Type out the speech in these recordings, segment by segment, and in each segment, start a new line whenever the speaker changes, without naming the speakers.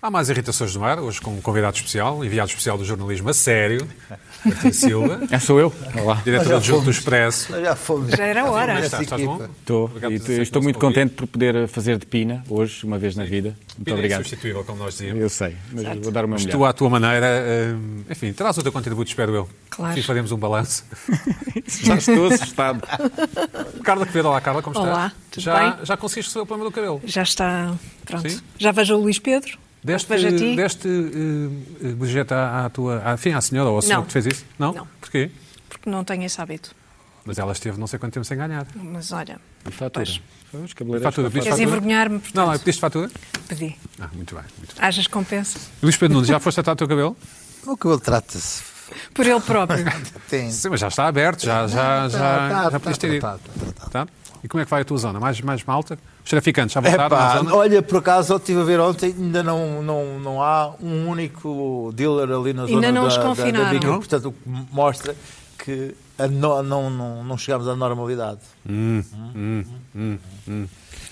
Há mais irritações no ar, hoje com um convidado especial, enviado especial do jornalismo a sério, Martim Silva,
Ah, sou eu? Olá.
diretor adjunto do Expresso.
Nós já fomos.
Já era hora.
fomos
Já
nessa
está, estás
equipa.
bom?
Estou,
Obrigado
e
por teres aceito
estou
o
muito
nosso convite.
contente por poder eh, fazer de Pina hoje, uma vez na vida. Muito
Pina
obrigado.
insubstituível, como nós dizíamos.
Eu sei, é mas vou dar o meu
Mas
melhor.
tu, à tua maneira, hum, enfim, terás o teu contributo, espero eu.
Claro.
E faremos um balanço.
Já estou assustado.
Carla Quevedo, olá Carla, como estás?
Olá, tudo
já,
bem?
Já conseguiste resolver o problema do cabelo?
Já está. Pronto.
Sim.
Já vejo o Luís Pedro?
Deste,
Vejo a ti?
deste eh, eh, objeto à, à tua, à, enfim, à senhora ou ao senhor
Não.
que te fez isso? Não?
Não.
Porquê?
Porque não tenho esse hábito.
Mas ela esteve não sei quanto tempo sem ganhar.
Mas olha,
Fatura. Os cabeleireiros
Fatura,
com
pediste
queres
fatura?
envergonhar-me?
Não, é
portanto?
não, pediste fatura?
Pedi.
Ah, muito bem, muito bem.
Hajas compensa?
Luís Pedro Nunes, já foste tratar o teu cabelo?
O é que ele trata-se?
Por ele próprio.
Tem. Tá,
Sim, mas já está aberto, já, já, já,
Está, está,
já podias
está
ter ido.
tratado, está
Tá?
tratado.
E como é que vai a tua zona? Mais, mais malta? Os traficantes já voltaram à
Epá, é
zona?
olha, por acaso eu estive a ver ontem, ainda não, não, não há um único dealer ali na
Ainda
zona
não
da,
os
da- da,
confinaram.
Bica,
Não?
portanto, o que mostra que a no- não, não, não chegamos à normalidade. Hum?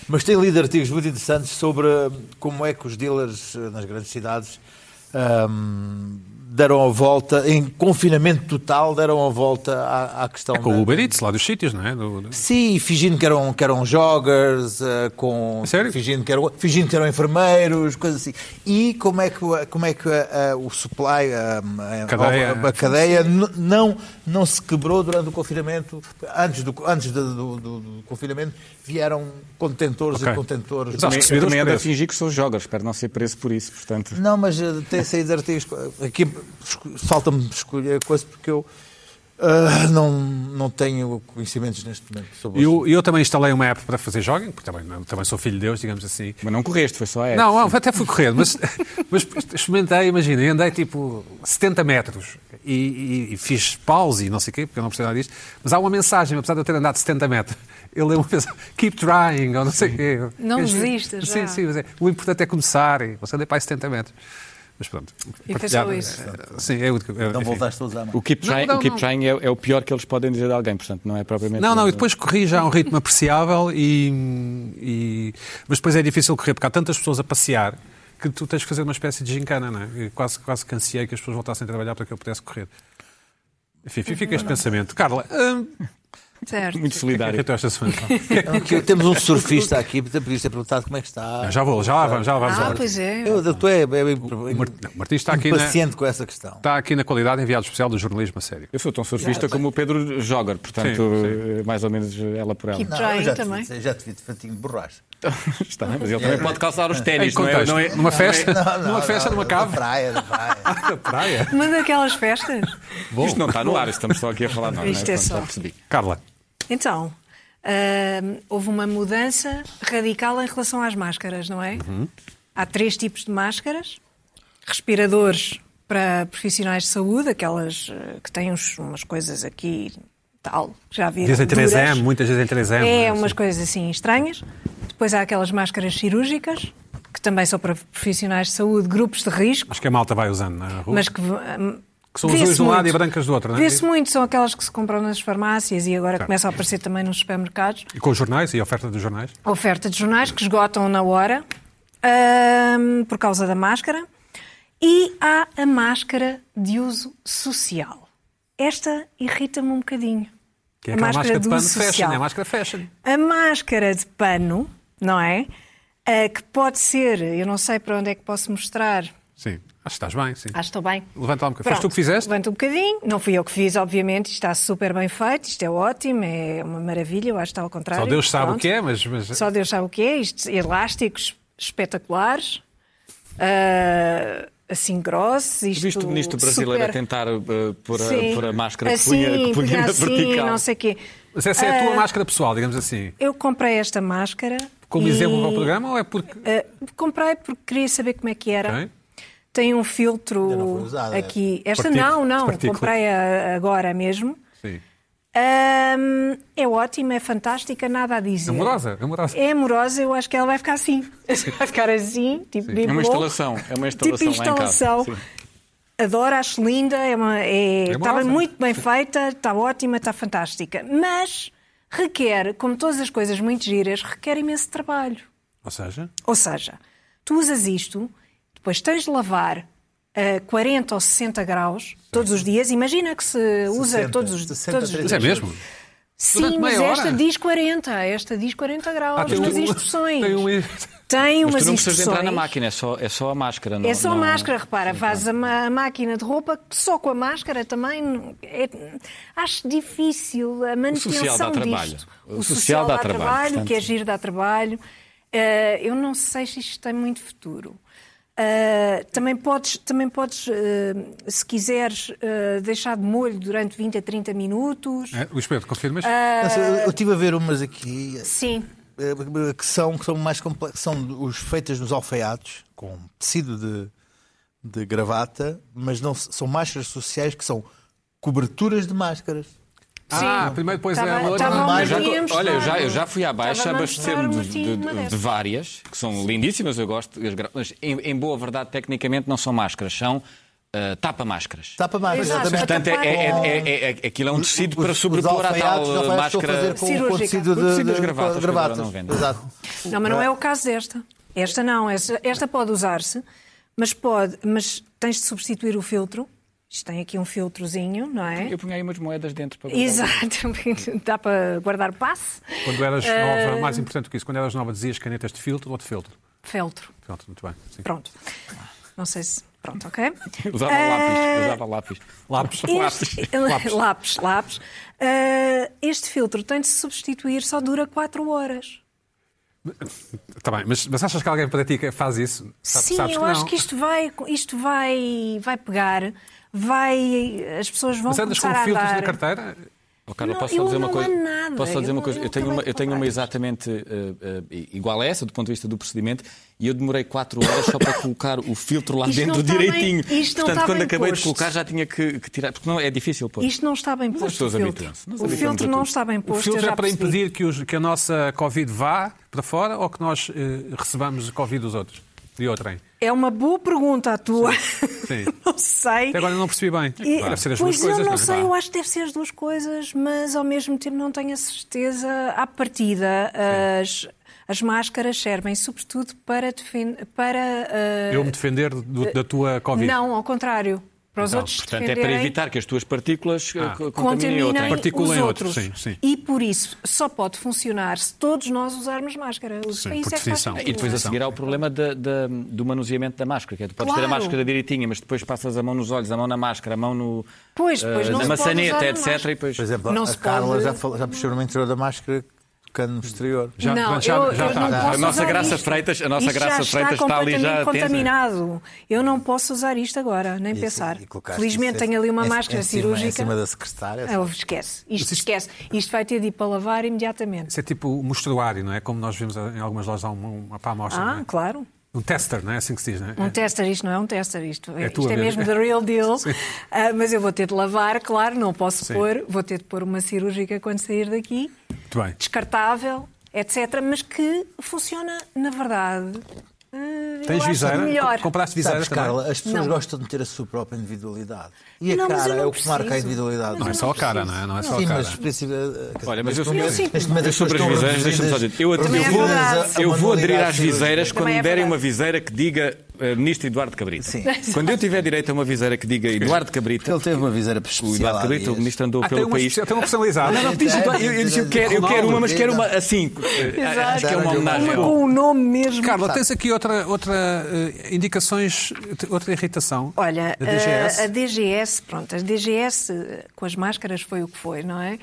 Mas tem lido artigos muito interessantes sobre hum, como é que os dealers eh, nas grandes cidades hum, deram a volta, em confinamento total, deram a volta à, à questão
É Com
da-
o Uber Eats, lá dos sítios, não é? Do- do-
Sim, fingindo que eram, que eram joggers, eh, com,
Sério?
Fingindo, que eram, fingindo que eram enfermeiros, coisas assim. E como é que, o- como é que a- a- o supply, a, a-
Cadeia.
a- a cadeia n- não, não se quebrou durante o confinamento? Antes do, antes do, do- do- do confinamento vieram contentores
Ok. Então,
e contentores.
Mas
de-
acho
Também,
que
eu também ando a
preços.
fingir que sou jogar, espero não ser preso por isso, portanto.
Não, mas eh, tem saído artigos. Aqui esco- falta-me escolher coisa porque eu ah, não, não tenho conhecimentos neste momento sobre
Eu,
o
eu também instalei uma app para fazer jogging, porque também, também sou filho de Deus, digamos assim.
Mas não correste, foi só a app.
Não, não, até fui correr, mas, mas experimentei, imaginei, andei tipo 70 metros e, e- e fiz pause e não sei o quê, porque eu não percebo nada disto, mas há uma mensagem, apesar de eu ter andado 70 metros, ele é uma mensagem, keep trying, ou não sei o quê.
Não
É,
desistas,
Sim,
já.
sim, mas é, o importante é começar e você anda para aí 70 metros. Mas pronto.
E foi
partilhar-
só isso.
eh, Sim, é o que...
Não
enfim.
voltaste a usar mais.
O keep
Não,
trying,
não,
o keep
não.
trying é, é o pior que eles podem dizer de alguém, portanto, não é propriamente.
Não, não, e depois corri já a um ritmo apreciável e, e- Mas depois é difícil correr, porque há tantas pessoas a passear que tu tens que fazer uma espécie de gincana, não é? E Quase, quase cansei que as pessoas voltassem a trabalhar para que eu pudesse correr. Enfim, fica
Uhum.
este pensamento. Carla, hum,
Muito
Certo.
o que é que
solidário.
tu esta semana?
Aqui, temos um surfista aqui, portanto, podias ter perguntado como é que está.
Ah, já vou, já lá vamos, já lá vamos.
Ah,
Olha,
pois é.
Eu, eu tu é, é bem,
o Mar- não, o Martim está aqui, na,
paciente com essa questão.
está aqui na qualidade de enviado especial do jornalismo a sério.
Eu sou tão surfista como o Pedro Jogar, portanto, eh, mais ou menos ela por ela.
Keep
Não,
trying
eu já
também.
Te, vi- já te vi de fatinho de borracha.
Está, mas ele também pode calçar os ténis,
Em contexto,
não é? Não é-
numa festa,
Não, não,
numa festa,
não,
numa
da
cave,
praia, da
Ah.
praia.
na praia.
Uma daquelas festas?
Isto não está no ar, estamos só aqui a falar. Não, não
Isto é
Pronto,
só.
Já percebi.
Carla,
Então, hum, houve uma mudança radical em relação às máscaras, não é?
Uhum.
Há três tipos de máscaras: respiradores para profissionais de saúde, aquelas eh, que têm uns- umas coisas aqui tal, que
É
já viram.
dizem
duras.
3M, muitas vezes em 3M.
É,
não
umas coisas assim estranhas. Depois há aquelas máscaras cirúrgicas, que também são para profissionais de saúde, grupos de risco,
Acho que a malta vai usando na rua.
mas que. hum,
Uhum. Que são azuis
vê-se
de um
muito.
lado e brancas do outro, não é? Tá.
Vê-se muito, são aquelas que se compram nas farmácias e agora começam a aparecer também nos supermercados.
E com os jornais e a oferta dos jornais?
oferta de jornais que esgotam na hora ahm, por causa da máscara. E há a máscara de uso social. Esta irrita-me um bocadinho.
Que é aquela máscara, de
do
pano
uso
fashion,
social.
é a máscara fashion.
A máscara de pano, não é? Ah, que pode ser, eu não sei para onde é que posso mostrar.
Sim, acho que estás bem, sim.
Ah, estou bem.
Levanta lá um bocadinho. Foste tu
Pronto,
que fizeste?
Levanta um bocadinho. Não fui eu que fiz, obviamente. Está super bem feito. Isto é ótimo. É uma maravilha. Eu acho que está ao contrário.
Só Deus sabe
Pronto.
o que é, mas... mas...
Só Deus sabe o que é. Isto, elásticos espetaculares, ah, assim grossos. Isto
Viste o ministro brasileiro
super-
a tentar eh, pôr, a,
Sim.
pôr a máscara que
assim,
punha, que punha na
assim,
vertical.
não sei o quê.
Mas essa é a tua
Ah,
máscara pessoal, digamos assim.
Eu comprei esta máscara.
Como
e-
exemplo para o programa ou é porque...
ah, comprei porque queria saber como é que era.
Ok.
Tem
Ainda
um
não foi é.
filtro
usada,
aqui. Esta
Partícula-
não, não.
partícula.
Comprei a- agora mesmo.
Sim.
Ahm, é ótima, é fantástica, nada a dizer.
Amorosa, amorosa.
É amorosa, eu acho que ela vai ficar assim. Vai ficar assim, tipo bibelô.
É uma instalação, é uma instalação
Tipo
lá em casa.
instalação.
Sim.
Adoro, acho linda, é uma, é,
É
está
amorosa.
muito bem feita, está ótima, está fantástica. Mas requer, como todas as coisas muito giras, requer imenso trabalho.
Ou seja,
Ou seja, tu usas isto, Depois tens de lavar a 40 ou 60 graus todos os dias. Imagina que se usa
60,
todos os,
60,
todos os
Mas
dias.
é mesmo?
Sim,
Durante
mas
meia
esta
hora?
diz 40. Esta diz 40 graus.
Ah, tem
umas
um-
instruções.
tem um-
Tem
Mas
umas
tu não precisas de
instruções.
entrar na máquina, é só, é só a máscara. Não,
É só
não-
máscara, repara, faz a, ma- a máquina de roupa, que só com a máscara também não- é- acho difícil a manutenção
social dá
disto.
trabalho.
O, social, dá, trabalho,
portanto.
que agir dá trabalho. Eh, eu não sei se isto tem muito futuro. Eh, também podes, também podes eh, se quiseres, eh, deixar de molho durante 20 a 30 minutos.
É, Luís Pedro, confirmas?
Ah,
Não sei, Eu eu estive a ver umas aqui
Sim,
eh, que são, que são mais complexas, são os feitas nos alfaiates, com tecido de, de gravata, mas não se- são máscaras sociais que são coberturas de máscaras.
ah,
sim.
primeiro depois
Tava-
é a outra.
tava
uma
Eu já-
Podíamos,
olha, eu já,
claro.
eu já fui à baixa
Estava a
abastecer-me
mostrar
de,
uma
de-
tinta
de
dessas.
várias, que são lindíssimas, eu gosto, das gra- mas em, em boa verdade, tecnicamente, não são máscaras, são ah, tapa-máscaras.
Tapa máscaras,
Exato.
Portanto,
exatamente.
é, é, é, é- é- aquilo é um tecido para
Os- os
sobrepor a tal eh,
alfaiates- os alfaiates estão a
máscara.
fazer com- com,
Cirúrgica.
tecido de,
Com tecido
de-
das gravatas,
com
que agora não vendem.
Exato.
Não, mas não é o caso desta. Esta não, esta, esta pode usar-se, mas pode, mas tens de substituir o filtro. Isto tem aqui um filtrozinho, não é?
Eu punha aí umas moedas dentro para
Exato, dá para guardar passe.
Quando eras
Ah.
nova, mais importante que isso, quando eras nova dizias canetas de filtro ou de feltro?
Feltro,
Pronto, muito bem. Sim.
pronto. Não sei se. Pronto, ok?
Usava
Ah,
lápis, usava lápis.
Lápis.
Este... Lápis, lápis. lápis. Ah, este filtro tem de se substituir, só dura 4 horas.
Está Tá bem, mas, mas achas que alguém pratica, faz isso? Sabe-
Sim,
sabes
eu
que
acho
não.
que isto vai, isto vai, vai pegar, vai, as pessoas vão
Mas andas com
começar a
filtros
andar.
na carteira?
Oh, Carla,
Não,
posso só
eu
dizer uma
não
coisa?
há nada.
Posso só dizer
Eu
uma
não-
coisa? Eu
eu
tenho
também
uma, eu tenho uma
trabalho.
exatamente eh, eh, igual a essa, do ponto de vista do procedimento, e eu demorei 4 horas só para colocar o filtro lá
Isto não
dentro
está bem-
direitinho.
isto não
Portanto,
está
quando
bem
acabei de
posto.
colocar já tinha que, que tirar, porque não é difícil pôr.
Isto não está bem
Mas as
posto.
pessoas
o filtro,
habituam-se, nós
o
habituamos
filtro
a
não
tudo.
está bem
O
posto. eu
filtro
já
é para
percebi.
impedir que, os- que a nossa Covid vá para fora ou que nós eh, recebamos Covid dos outros? De outrem?
É uma boa pergunta a tua.
Sim.
não sei.
Até agora não percebi bem.
E-
Deve ser as
pois
duas coisas.
eu não
é?
sei, eu acho que deve ser as duas coisas, mas ao mesmo tempo não tenho a certeza. À partida, as, as máscaras servem sobretudo para, defen- para ah,
Eu me defender do- da tua Covid.
Não, ao contrário. Para os
Então,
outros
Portanto, é para
defenderem,
evitar que as tuas partículas eh,
Ah.
co- contaminem
contaminem
outra.
Particulem
os
outros,
outros.
sim, sim.
E por isso, só pode funcionar se todos nós usarmos máscara. Os
Sim,
países
por
é que faz
definição.
sentido.
E depois a seguir há o problema da- da- do manuseamento da máscara, que é tu podes ter a
Claro.
máscara direitinha, mas depois passas a mão nos olhos, a mão na máscara, a mão no,
Pois, pois
eh,
não
na
se pode usar
maçaneta,
a
etc.
máscara.
E depois...
Por exemplo,
Não
a
se
Carla
pode-
já, falou, já puxou no interior da máscara tocando no exterior.
Já-
não,
já-
eu,
já
eu
está.
não
A
posso
nossa
usar
Graça
isto.
Freitas- a nossa
Isto
Graça
já está
Freitas está ali já
completamente
atenta.
contaminado. Eu não posso usar isto agora, nem
E- assim,
pensar.
e colocaste
Felizmente
isso em-
tenho ali uma
em-
máscara
em cima-
cirúrgica.
Em cima da secretária.
Ah, ouve, esquece. Isto
isto-
esquece. Isto vai ter de ir para lavar imediatamente.
Isso é tipo o mostruário, não é? Como nós vimos em algumas lojas há uma, uma para a amostra. não
Ah,
é?
claro.
Um tester, não é assim que se diz, não é?
Um tester, isto não é um tester, isto é,
É tua
isto é
mesmo.
mesmo the real deal. Ah, mas eu vou ter de lavar, claro, não posso
Sim.
pôr, vou ter de pôr uma cirúrgica quando sair daqui,
Muito bem.
descartável, etc. Mas que funciona, na verdade, ah, eu
Tens
acho
viseira?
melhor.
Com- Compraste viseira
Sabes,
também?
Carla, as pessoas
Não.
gostam de ter a sua própria individualidade. E a
Não, mas eu
cara
não
é o que marca a
preciso.
individualidade.
Não é
eu
só
não
a cara, não
preciso.
é? Não é só
Sim,
a cara.
mas principalmente, eh,
Olha, mas eu-
neste
eu
momento-
sinto-
neste momento
Eu
as
sobre as
pessoas estão
viseiras, deixa-me só
reduzidas-
dizer. Eu, eu
Também é
vou,
verdade.
eu vou aderir
manualidade
às viseiras
Também
quando me
é
derem
verdade.
uma viseira que diga eh, Ministro Eduardo Cabrita.
Sim.
Quando eu tiver direito a uma viseira que diga Eduardo
Porque
Cabrita,
ele teve uma viseira
o
especial
Eduardo
há
Cabrita, o
dias.
Ministro andou
Ah, tem
pelo
uma,
país.
espe- tem uma personalizada.
Não, não, diz Eduardo. Eu, eu disse, eu quero, eu quero uma, mas quero uma assim. Acho que é uma homenagem.
Uma
ao-
com o nome mesmo.
Carla, tens aqui outra, outra eh, indicações, outra irritação.
Olha, eh,
a DGS.
a, a DGS, pronto, a DGS eh, com as máscaras foi o que foi, não é?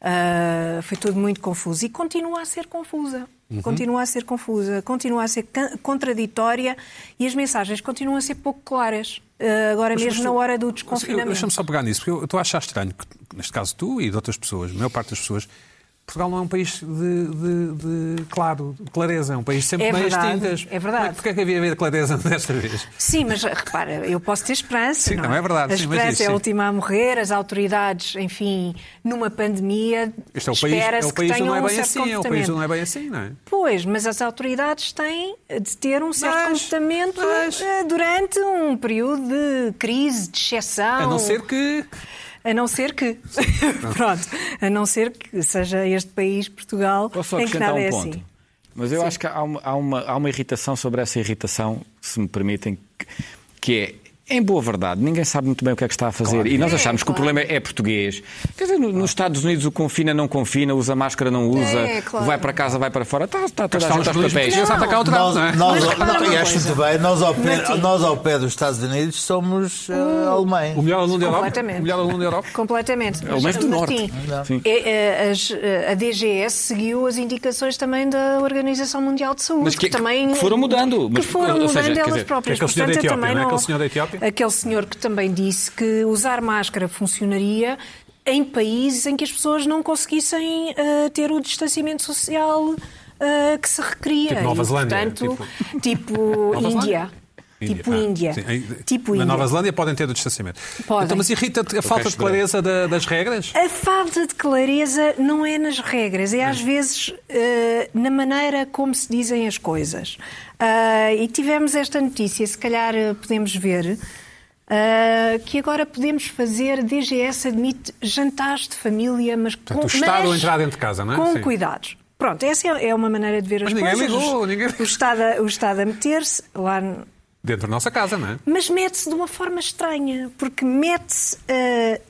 Ah, foi tudo muito confuso e continua a ser confusa.
Uhum.
Continua a ser confusa, continua a ser can- contraditória e as mensagens continuam a ser pouco claras. Ah, agora
Mas,
mesmo
mas
na
tu-
hora do
Eu-
desconfinamento.
Deixa-me só pegar nisso, porque eu eu estou a achar estranho, que, neste caso tu e de outras pessoas, a maior parte das pessoas, Portugal não é um país de, de- de- claro, de clareza, é um país sempre
É
meias
verdade,
tintas.
é
Como
verdade.
é que- Porquê é que havia havido clareza desta vez?
Sim, mas repara, eu posso ter esperança.
Sim,
não,
não, é verdade,
A
sim, mas
esperança
isso,
é a
sim.
última a morrer, as autoridades, enfim, numa pandemia.
Este é o país, é
espera-se
o país
que
onde não é
tenham um
bem
certo
assim, é o país
comportamento.
onde não é bem assim, não é?
Pois, mas as autoridades têm de ter um certo
Mas-
comportamento
mas-
eh, durante um período de crise, de exceção.
A não ser que.
A não ser que. Pronto. A não ser que seja este país, Portugal,
Posso só
em que
acrescentar
nada
um
é
ponto?
assim.
Mas eu acho que há uma, há uma- há uma irritação sobre essa irritação, se me permitem, que é, em boa verdade, ninguém sabe muito bem o que é que está a fazer. E nós achamos que o
claro.
problema é português. Quer dizer, no- nos Estados Unidos o confina, não confina, usa máscara, não usa,
É, claro.
vai para casa, vai para fora. Está, está toda
Está
a gente
os
aos
políticos
papéis.
portugueses a atacar o Trump,
Nós,
não é?
nós,
Mas repara
não,
uma
e acho
coisa.
muito bem, nós ao,
Não
pé,
é
nós ao pé dos Estados Unidos somos eh,
Hum.
alemães.
O melhor aluno da Europa?
Completamente.
O melhor aluno da Europa?
Completamente.
É o mais do
Martim,
norte. Sim.
é, é, as, é, a DGS seguiu as indicações também da Organização Mundial de Saúde,
Mas que-
também
que foram mudando,
que
mas-
foram
ou
mudando
seja, quer
elas
dizer,
próprias.
que é aquele senhor da
Portanto, eu
Etiópia,
também
não é?
não-
Aquele senhor da Etiópia?
Aquele senhor que também disse que usar máscara funcionaria em países em que as pessoas não conseguissem eh, ter o distanciamento social eh, que se requeria.
Tipo Nova
E,
Zelândia,
Portanto, tipo,
Nova
Índia.
Zelândia?
Tipo
Ah,
Índia.
sim. Aí-
Tipo
Na
Índia.
Nova Zelândia podem ter o distanciamento.
Podem.
Então, mas irrita-te a falta de clareza da- das regras?
A falta de clareza não é nas regras, é às
Hum.
vezes eh, na maneira como se dizem as coisas. Ah, e tivemos esta notícia, se calhar eh, podemos ver, ah, que agora podemos fazer, DGS admite jantares de família, mas com
o Estado
mas
entrar dentro de casa, não é?
Com
Sim.
cuidados. Pronto, essa é é uma maneira de ver
Mas
as
ninguém
coisas.
ligou, ninguém-
O Estado, a- o Estado a meter-se lá no-
Dentro da nossa casa, não é?
mas mete-se de uma forma estranha, porque mete-se. eh,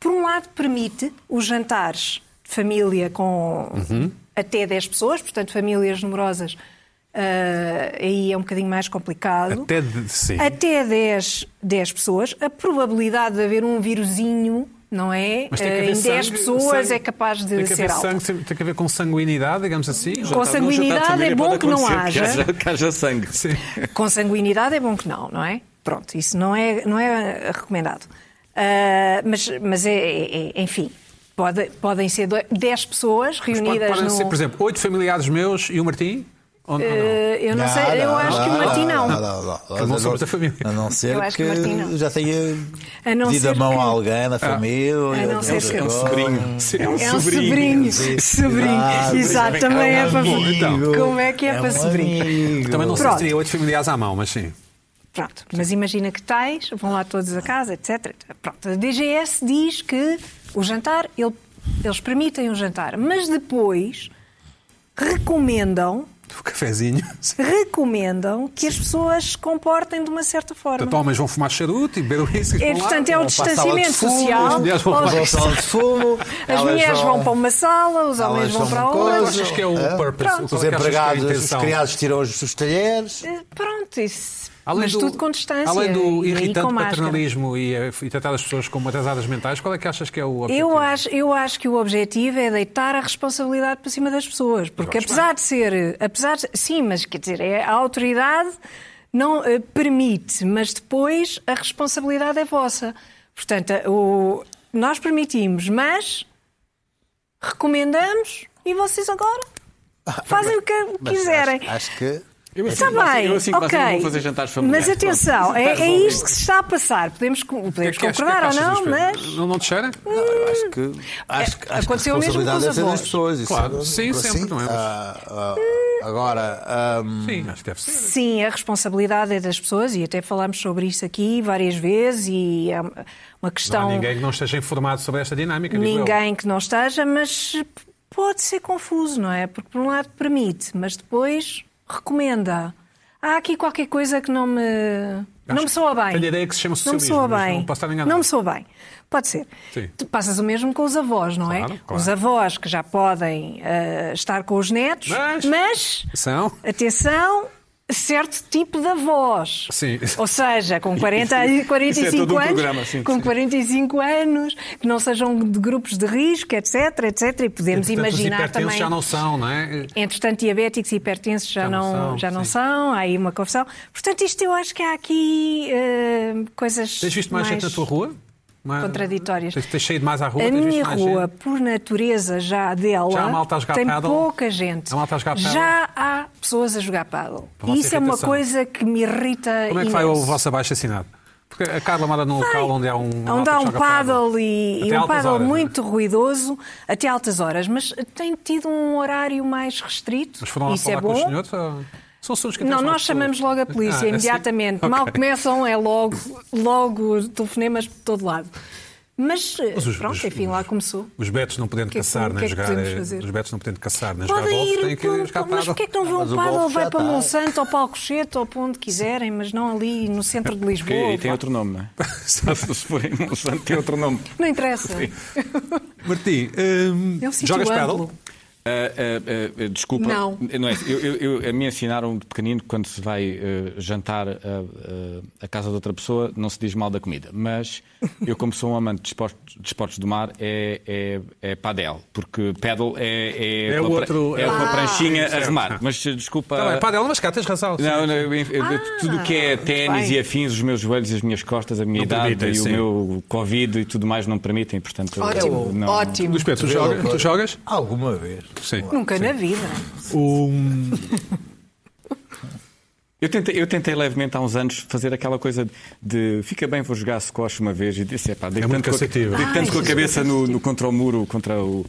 por um lado, permite os jantares de família com
Uhum.
até 10 pessoas, portanto, famílias numerosas, eh, aí é um bocadinho mais complicado.
Até de, sim.
Até 10, 10 pessoas. A probabilidade de haver um viruzinho, não é?
Mas tem que
Eh,
haver
em 10
sangue-
pessoas
sangue-
é capaz de
tem que
ser
haver
alta.
sangue, sim, Tem que haver com sanguinidade, digamos assim.
Com sanguinidade é bom que não haja.
Que haja sangue.
Sim.
Com sanguinidade é bom que não, não é? Pronto, isso não é, não é recomendado. Ah, mas mas é, é- é- enfim, pode- podem ser do- 10 pessoas
Mas pode-
reunidas
podem
num-
ser, por exemplo, oito familiares meus e o Martim? Ou, ou não?
Ah, eu não, sei, eu acho que o Martim não.
Que não somos da família.
A não ser
Eu acho que
que,
o Martim não.
já tenha
A não
pedido a
ser
mão
que-
a alguém
Ah.
na família.
A não ser que-
É um sobrinho.
Sim, é um
É um
sobrinho.
sobrinho,
Sim.
sobrinho, exato, também é para
Então.
Como é que é,
um
para sobrinho?
Também não sei se
Pronto.
teria oito familiares à mão, mas sim.
Pronto, mas imagina que tais, vão lá todos a casa, etc. Pronto, a DGS diz que o jantar, ele- eles permitem o jantar, mas depois recomendam
O cafezinho.
recomendam que as pessoas se comportem de uma certa forma.
Portanto, homens vão fumar charuto e beber o risco.
É, portanto, é o distanciamento social.
as mulheres vão para
Ou-
a
Sala de fumo.
As
elas
mulheres vão para uma sala, os
elas
homens vão
são
para
uma coisa.
outra.
Achas que é o
É?
purpose?
um Pronto.
O que achas
Os
que é a
empregados, os
intenção?
criados tiram os os talheres.
Eh, Pronto, isso.
Além
Mas
do-
tudo com distância.
Além do
e- e
irritante
com máscara.
paternalismo e, eh, e tratar as pessoas como atrasadas mentais, qual é que achas que é o objetivo?
Eu acho, eu acho que o objetivo é deitar a responsabilidade para cima das pessoas, porque apesar de ser, apesar de- sim, mas quer dizer, é, a autoridade não eh, permite, mas depois a responsabilidade é vossa. Portanto, a- o- nós permitimos, mas recomendamos e vocês agora fazem o que
Mas
quiserem.
Acho, acho que.
Eu assim
Está
que vocês-
bem,
eu assim que vocês
ok.
vão fazer jantares familiares.
Mas atenção,
Pronto.
é,
Está
é
resolvido.
isto que se está a passar. Podemos, co-
O que
podemos
é que achas-
concordar
o que é que achas
ou não,
disso, Pedro?
mas. Hum.
Não, não te cheira?
Acho que, acho, que- acho
É, aconteceu o
que a
mesmo com
responsabilidade
os
deve ser
avós.
das pessoas. isso
Claro,
é-
sim, sempre, não é? Mas-
ah, ah, agora, ah, ahm,
Sim, acho que deve ser.
Sim, a responsabilidade é das pessoas e até falámos sobre isso aqui várias vezes e é uma
Não há
questão
ninguém que não esteja informado sobre esta dinâmica. digo eu.
ninguém que não esteja, mas pode ser confuso, não é? Porque por um lado permite, mas depois recomenda. Há aqui qualquer coisa que não me
Acho
não me soa bem.
que tenho a ideia que se chama
não me
socialismo,
soa
mas
bem.
não posso estar enganado.
Não me soa bem. Pode ser.
Sim.
Tu Passas o mesmo com os avós, não é?
Claro, claro.
Os avós que já podem ah, estar com os netos,
Mas-
mas
São?
Atenção, certo tipo de avós.
Sim. é
Ou seja, com 40, e 45
todo um
anos,
programa, sim,
com
sim.
45 anos, que não sejam de grupos de risco, etc, etc, e podemos
Portanto, os
imaginar
hipertensos
também.
já não são, não é?
Entretanto, diabéticos e hipertensos já, não,
são,
já não
sim.
são, há aí uma confusão. Portanto, isto eu acho que há aqui eh, coisas.
Tens visto mais, gente na tua rua? Mais-
contraditórias.
Tens, tens saído mais à rua?
A
Tens visto
minha
mais
rua,
gente?
por natureza já dela,
Já há malta a jogar
tem
pádel?
pouca gente.
Há malta a jogar pádel?
já há pessoas a jogar paddle.
Para
E
vossa
isso é uma
irritação.
coisa que me irrita
Como é que vai o
imenso.
vosso abaixo assinado? Porque a Carla mora num
Ai,
local onde há um.
onde há um paddle e, e um paddle
paddle
muito ruidoso até altas horas, mas tem tido um horário mais restrito.
Mas foram lá
isso
falar
é
com os
bom.
senhores? ou- São assuntos que
Não,
interessam às
nós
pessoas.
chamamos logo a polícia
Ah, é assim?
imediatamente.
Ok.
Mal começam é logo, logo telefonemas por todo lado. Mas,
Mas os-
pronto,
os-
enfim, lá começou.
Os betos não podendo
Que é que-
caçar,
o
nem
que é que
jogar.
podemos
eh,
fazer?
Os betos não podendo caçar, nem jogar
Podem
golfe,
ir,
têm que
para-
ir jogar
mas
paddle.
porquê é que não vão
Mas o
para ou
golfe
vai
já
para
está.
Monsanto ou para Alcochete ou para onde quiserem, mas não ali no centro de
Porque
Lisboa.
aí tem outro nome, não é? Se for em Monsanto, tem outro nome.
Não interessa.
Martim, hum,
É um sítio
jogas
amplo.
paddle?
Ah, ah, ah, desculpa.
Não.
Não é, isso. eu, eu- eu- a mim ensinaram de pequenino que quando se vai ah, jantar ah, ah, à casa de outra pessoa não se diz mal da comida. Mas eu, como sou um amante de esportes, de esportes do mar, é, é, é padel. Porque paddle é, é,
É
com a pra-
outro-
é com a
Ah.
pranchinha a
Certo.
remar. Mas ah, desculpa.
Tá bem, paddle, mas cá tens razão. sim.
Não, não, eu- eu- eu- tudo o que é ténis
Ah. bem.
e afins, os meus joelhos, e as minhas costas, a minha
Não
idade
permitem,
e o
sim.
meu Covid e tudo mais não permitem, portanto. eu-
Ótimo,
É não-
ótimo.
Luís Pedro, tu jogas? Tu jogas?
Alguma vez.
Sim. um,
Nunca na vida.
O-
Eu tentei, eu tentei levemente há uns anos fazer aquela coisa de de fica bem, vou jogar squash uma vez e disse: epá, dei
É muito
tanto, com a,
cansativo.
dei
Ai,
tanto com a
Jesus,
cabeça
é
no,
cansativo.
no- contra o muro, contra o.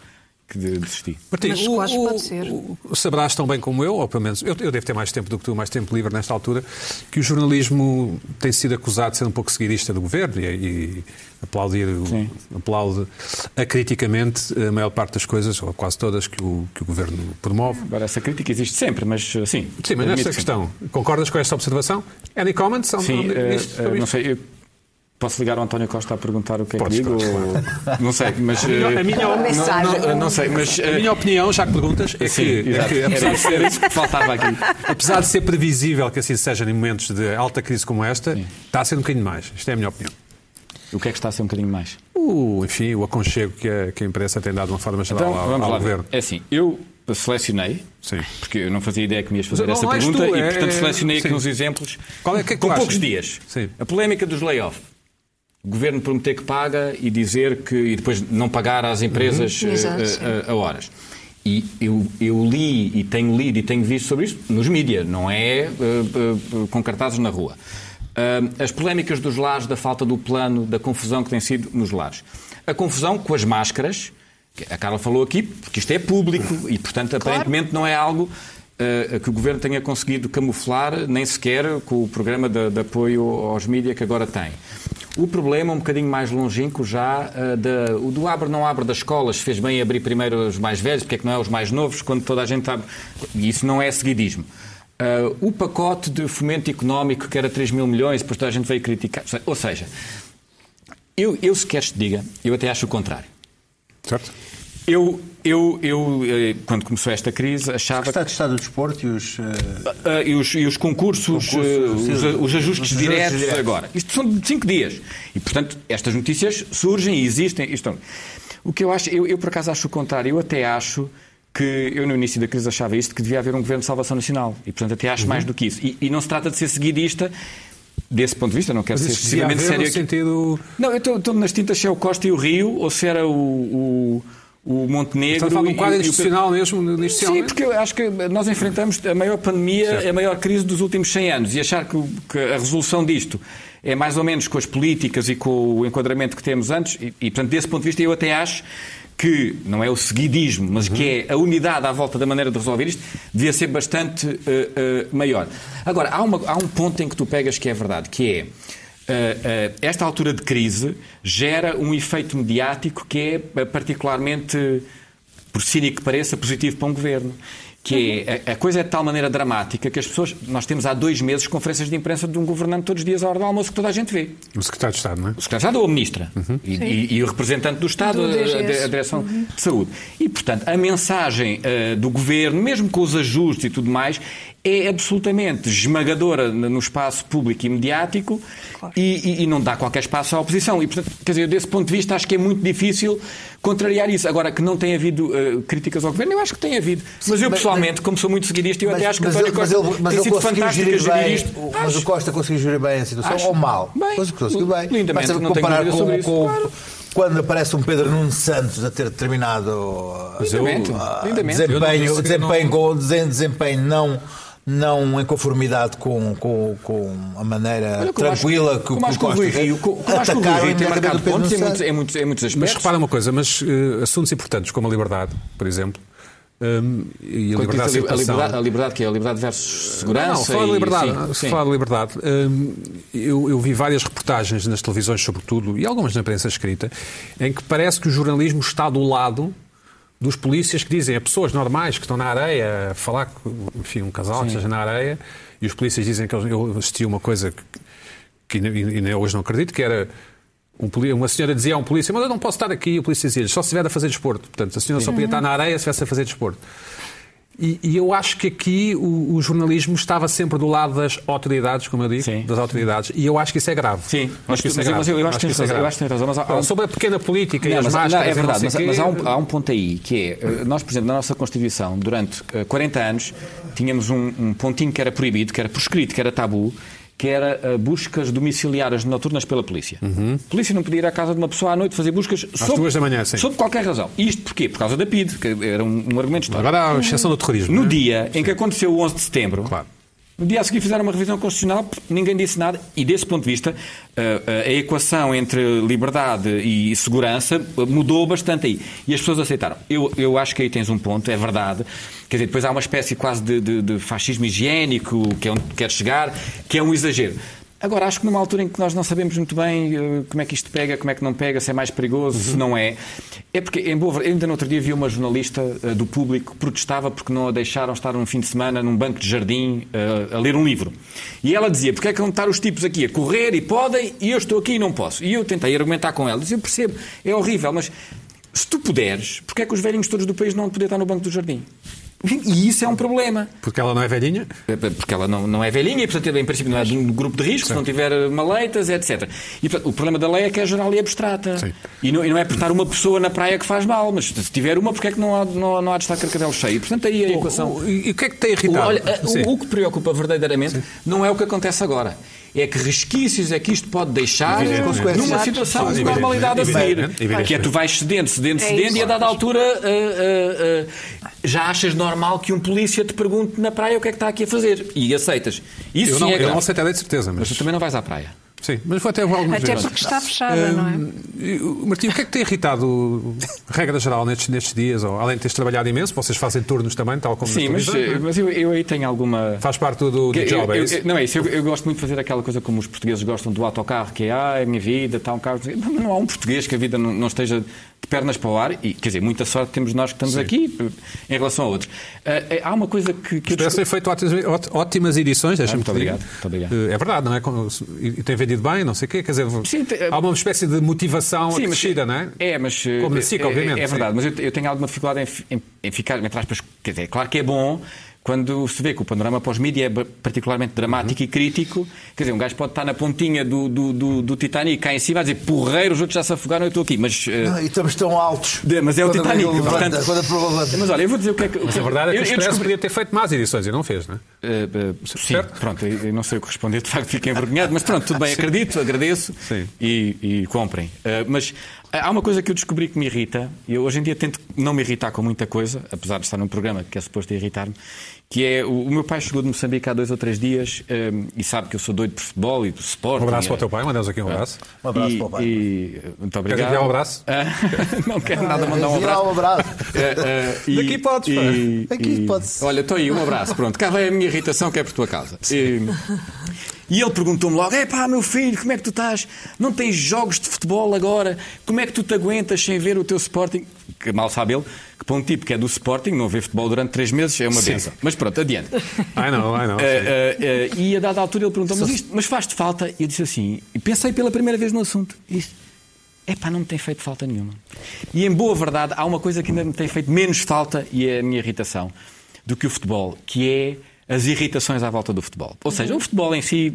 que de- desisti.
Martim,
Mas
o-
quase
o-
pode ser.
o- o- saberás tão bem como eu, ou pelo menos eu, eu devo ter mais tempo do que tu, mais tempo livre nesta altura, que o jornalismo tem sido acusado de ser um pouco seguidista do governo e, e aplaudir, o-
Sim.
aplaude acriticamente a maior parte das coisas, ou quase todas, que o, que o governo promove.
Agora, essa crítica existe sempre, mas uh, sim.
Sim, mas nesta
admito,
questão, concordas com esta observação? Any comments? on-
Sim,
on
uh,
isto,
uh,
sobre
não
isto?
sei. eu posso ligar ao António Costa a perguntar o que é
Podes,
que digo?
podes,
ou- Não sei, mas. A
minha- a minha-
não, não,
Mensagem.
não sei, mas. uh,
A minha opinião, já que perguntas, é
Sim,
que, é
exato.
que apesar,
Era
de
isso-
ser,
era isso que faltava aqui.
apesar de ser previsível que assim seja em momentos de alta crise como esta, está a ser um bocadinho mais. Isto é a minha opinião.
O que é que está a ser um bocadinho mais?
O, enfim, o aconchego que a, que a imprensa tem dado de uma forma geral
Uh, Então,
ao,
vamos
ao
lá. ver.
governo.
É assim, eu selecionei,
Sim.
porque eu não fazia ideia que me ias fazer
Não,
essa
não és
pergunta,
tu,
e
é-
portanto
é-
selecionei aqui
sim.
uns exemplos
Qual é que é que
com
tu
poucos
achas?
dias.
Sim.
A polémica dos layoff. O governo prometer que paga e dizer que. e depois não pagar às empresas eh,
Uhum. Exato,
eh,
sim.
a, a horas. E eu, eu li e tenho lido e tenho visto sobre isso nos mídias, não é eh, eh, com cartazes na rua. Ah, as polémicas dos lares, da falta do plano, da confusão que tem sido nos lares. A confusão com as máscaras, que a Carla falou aqui, porque isto é público e, portanto, aparentemente não é algo ah, que o Governo tenha conseguido camuflar, nem sequer com o programa de, de apoio aos mídias que agora tem. O problema é um bocadinho mais longínquo já, eh, da- o do abre não abre das escolas, fez bem abrir primeiro os mais velhos, porque é que não é os mais novos, quando toda a gente abre. E isso não é seguidismo. Eh, o pacote de fomento económico, que era 3 mil milhões, depois toda a gente veio criticar. Ou seja, eu, eu se queres te diga, eu até acho o contrário.
Certo?
Eu, eu, eu eh, quando começou esta crise, achava
Está de estado do desporto e os. eh,
ah, e, os, e os concursos,
Concursos,
eh,
sim.
os, os ajustes
Os
diretos,
ajustes diretos.
agora. Isto são de cinco dias. E, portanto, estas notícias surgem e existem. e Estão. O que eu acho, eu, eu, por acaso acho o contrário, eu até acho que eu no início da crise achava isto, que devia haver um governo de salvação nacional. E, portanto, até
Uhum.
acho mais do que isso. E, e não se trata de ser seguidista, desse ponto de vista, não quero
Mas
ser
isto devia haver
excessivamente sério
no
aqui.
sentido...
Não, eu estou- estou nas tintas se é o Costa e o Rio, ou se era o, o, o Montenegro.
Estás a falar de um
e-
quadro
e o-
institucional mesmo,
Sim,
institucionalmente?
porque eu acho que nós enfrentamos a maior pandemia,
Certo.
a maior crise dos últimos 100 anos e achar que, o- que a resolução disto é mais ou menos com as políticas e com o enquadramento que temos antes, e, e, portanto, desse ponto de vista, eu até acho que não é o seguidismo, mas que é a unidade à volta da maneira de resolver isto, devia ser bastante eh, eh, maior. Agora, há, uma- há um ponto em que tu pegas que é verdade, que é. eh, eh, esta altura de crise gera um efeito mediático que é eh, particularmente por cínico que pareça, positivo para um governo. Que é, a, a coisa é de tal maneira dramática que as pessoas. Nós temos há dois meses conferências de imprensa de um governante todos os dias à hora do almoço que toda a gente vê.
O secretário de Estado, não é?
O secretário de Estado ou a ministra.
Uhum.
E, e- e o representante do Estado,
Do
a- a,
DGS.
a Direção
Uhum.
de Saúde. E, portanto, a mensagem eh, do governo, mesmo com os ajustes e tudo mais, é absolutamente esmagadora n- no espaço público e mediático
Claro.
e, e- e não dá qualquer espaço à oposição. E, portanto, quer dizer, desse ponto de vista, acho que é muito difícil contrariar isso. Agora, que não tem havido eh, críticas ao governo, eu acho que tem havido. Mas eu,
mas-
pessoalmente, como sou muito seguidista, eu até acho que
mas,
António
ele- mas
Costa
ele, mas
tem
ele
sido Ah,
conseguiu
fantástico a
gerir
gerir
bem.
isto.
o- Mas
Acho.
o Costa conseguiu gerir bem a situação
Acho.
ou mal?
Bem,
Mas conseguiu bem.
lindamente,
Basta
não tenho
comparar
dúvida
com,
sobre isso,
com-
claro.
quando aparece um Pedro Nuno Santos a ter determinado ah,
Lindamente,
ah,
lindamente.
Eu não
desempenho,
consigo,
desempenho,
não-
com, desen- desempenho não, não em conformidade com, com, com a maneira
Olha, como
tranquila
acho-
que,
como
que
acho que o Rui
Costa
Rio, como como acho que o Rui
atacaram
Rio tem
imediatamente o
marcado
Pedro
pontos em
Nuno
muitos,
Santos.
em muitos, em muitos
é. Mas
aspectos.
repara uma coisa, mas eh, assuntos importantes como a liberdade, por exemplo, hum, e a
Quando
liberdade de
diz a, li- a
circulação.
liberdade, a liberdade que é? A liberdade versus segurança?
Não, falar
e-
de liberdade.
sim, sim.
se falar de liberdade. hum, eu, eu vi várias reportagens nas televisões, sobretudo, e algumas na prensa escrita, em que parece que o jornalismo está do lado dos polícias que dizem a pessoas normais que estão na areia a falar com enfim, um casal que esteja na areia, e os polícias dizem que eles, eu assisti a uma coisa que, que ainda- ainda hoje não acredito, que era. um poli- uma senhora dizia a um polícia, mas eu não posso estar aqui, e o polícia dizia só se estiver a fazer desporto. Portanto, a senhora só podia estar na areia se estivesse a fazer desporto. E, e eu acho que aqui o, o jornalismo estava sempre do lado das autoridades, como eu digo,
Sim.
das autoridades, e eu acho que isso é grave.
Sim, mas
acho que isso é
tu- mas
grave.
eu- mas eu acho que tens razão, eu acho que tens razão, mas há-
Agora,
há-
sobre a pequena política e
Não,
as
mas, não,
máscaras,
é
e não
verdade,
sei
mas,
quê,
mas há, um, há um ponto aí que é, eh, nós, por exemplo, na nossa Constituição, durante eh, 40 anos, tínhamos um, um pontinho que era proibido, que era proscrito, que era tabu, que era eh, buscas domiciliárias noturnas pela polícia. A polícia não podia ir à casa de uma pessoa à noite fazer buscas às
Uhum. duas da manhã, sim.
sob qualquer razão. E Isto porquê? Por causa da PID, que era um, um argumento histórico.
Agora há a exceção do terrorismo.
No
não é?
dia em que aconteceu o 11 de setembro,
Claro.
no dia a seguir fizeram uma revisão constitucional, pff, ninguém disse nada, e desse ponto de vista, eh, a, a equação entre liberdade e segurança eh, mudou bastante aí. E as pessoas aceitaram. Eu, eu acho que aí tens um ponto, é verdade. Quer dizer, depois há uma espécie quase de, de- de fascismo higiênico, que é onde tu queres chegar, que é um exagero. Agora, acho que numa altura em que nós não sabemos muito bem eh, como é que isto pega, como é que não pega, se é mais perigoso, se não é. É porque, em boa verdade, ainda no outro dia vi uma jornalista eh, do público que protestava porque não a deixaram estar um fim de semana num banco de jardim eh, a ler um livro. E ela dizia: porque é que vão estar os tipos aqui a correr e podem e eu estou aqui e não posso? E eu tentei argumentar com ela. Dizia: eu percebo, é horrível, mas se tu puderes, porque é que os velhinhos todos do país não vão poder estar no banco do jardim? E isso é um problema.
Porque ela não é velhinha.
Eh, Porque ela não, não é velhinha e, portanto, em princípio, não é de um grupo de risco, se não tiver maleitas, etc. E, portanto, o problema da lei é que é geral e abstrata.
Sim.
E não, e não é por estar uma pessoa na praia que faz mal, mas se tiver uma, porque é que não há, não, não há de estar carcadelo cheio? E, portanto, aí a equação.
O- E o que é que tem
O-
irritado?
olha, a-
Sim.
o, o que preocupa verdadeiramente não é o que acontece agora. É que resquícios é que isto pode deixar
Consequências.
numa situação de
Evidentemente,
normalidade a seguir.
evidentemente, evidentemente.
Que é tu vais cedendo, cedendo,
É
cedendo
isso.
e a dada altura ah, ah, ah, já achas normal que um polícia te pergunte na praia o que é que está aqui a fazer. E aceitas. Isso
Eu
sim
não,
é
eu não
grave.
aceitarei de certeza,
Mas
mas,
tu também não vais à praia.
sim, mas vou até algumas
Até
vezes.
porque está fechada, não é?
Hum, Martim, o que é que tem irritado, regra geral, nestes, nestes dias? Ou, além de teres trabalhado imenso, vocês fazem turnos também, tal como
Sim,
nas
mas, eh,
televisões, não é?
mas eu, eu aí tenho alguma.
Faz parte do, do
Eu-
job,
eu-
é
eu-
isso?
não é isso, eu, eu gosto muito de fazer aquela coisa como os portugueses gostam do autocarro, que é, ah, é a minha vida, está um carro. Não, não há um português que a vida não, não esteja de pernas para o ar, e quer dizer, muita sorte temos nós que estamos aqui eh, em relação a outros. Ah, eh, há uma coisa que. que eu
Parece ter feito ótimas, ót- ótimas edições, deixa-me
muito
te dizer.
obrigado, muito obrigado.
Eh, É verdade, não é? Com- E e tem vendido bem, não sei o quê. Quer dizer,
Sim, te- eh,
há uma espécie de motivação
Sim, mas-
acrescida, não é?
É, mas. eh,
Como na SIC,
é-
obviamente,
É, é verdade,
sim.
mas eu, eu tenho alguma dificuldade em, fi- em- em ficar, entre aspas, quer dizer, claro que é bom quando se vê que o panorama pós-mídia é ba- particularmente dramático
Uhum.
e crítico. Quer dizer, um gajo pode estar na pontinha do, do, do, do Titanic cá em cima a dizer porreiro, os outros já se afogaram, eu estou aqui. Mas. eh,
Não, e estamos tão altos.
De- mas é o
Quando a
Titanic,
Lula levanta,
portanto-
Quando a Lula levanta.
mas olha, eu vou dizer o que é que.
Mas a verdade é que
eu,
o
eu
Expresso
descobri-
podia ter feito mais edições e não fez, não é?
Eh, eh, sim,
Certo?
pronto, eu eu não sei o que responder, de facto fiquei envergonhado, mas pronto, tudo bem, acredito, agradeço
Sim.
E, e comprem. Eh, mas há uma coisa que eu descobri que me irrita, e eu hoje em dia tento não me irritar com muita coisa, apesar de estar num programa que é suposto irritar-me, que é o, o meu pai chegou de Moçambique há dois ou três dias eh, e sabe que eu sou doido por futebol e por
Um
Sporting.
abraço para o
eh,
teu pai, mandamos aqui um abraço.
Um abraço
e-
para o pai.
e- muito obrigado.
enviar um abraço?
Ah, não quero nada mandar um
Vira
abraço.
um abraço.
Eh, eh, e-
Daqui podes, pá.
e-
Daqui
e-
podes.
Olha, estou aí, um abraço. Pronto, cá vai a minha irritação que é por tua causa. E, e ele perguntou-me logo: é pá, meu filho, como é que tu estás? Não tens jogos de futebol agora? Como é que tu te aguentas sem ver o teu Sporting? Que mal sabe ele que para um tipo que é do Sporting, não ver futebol durante três meses é uma
Sim.
benção. Mas pronto, adiante.
Ai não, ai não.
Eh, eh, eh, e a dada altura ele perguntou: mas, isto, mas faz-te falta? E eu disse assim, e pensei pela primeira vez no assunto. E disse, Epá, não me tem feito falta nenhuma. E em boa verdade, há uma coisa que ainda me tem feito menos falta, e é a minha irritação, do que o futebol, que é as irritações à volta do futebol. Ou
Uhum.
seja, o futebol em si,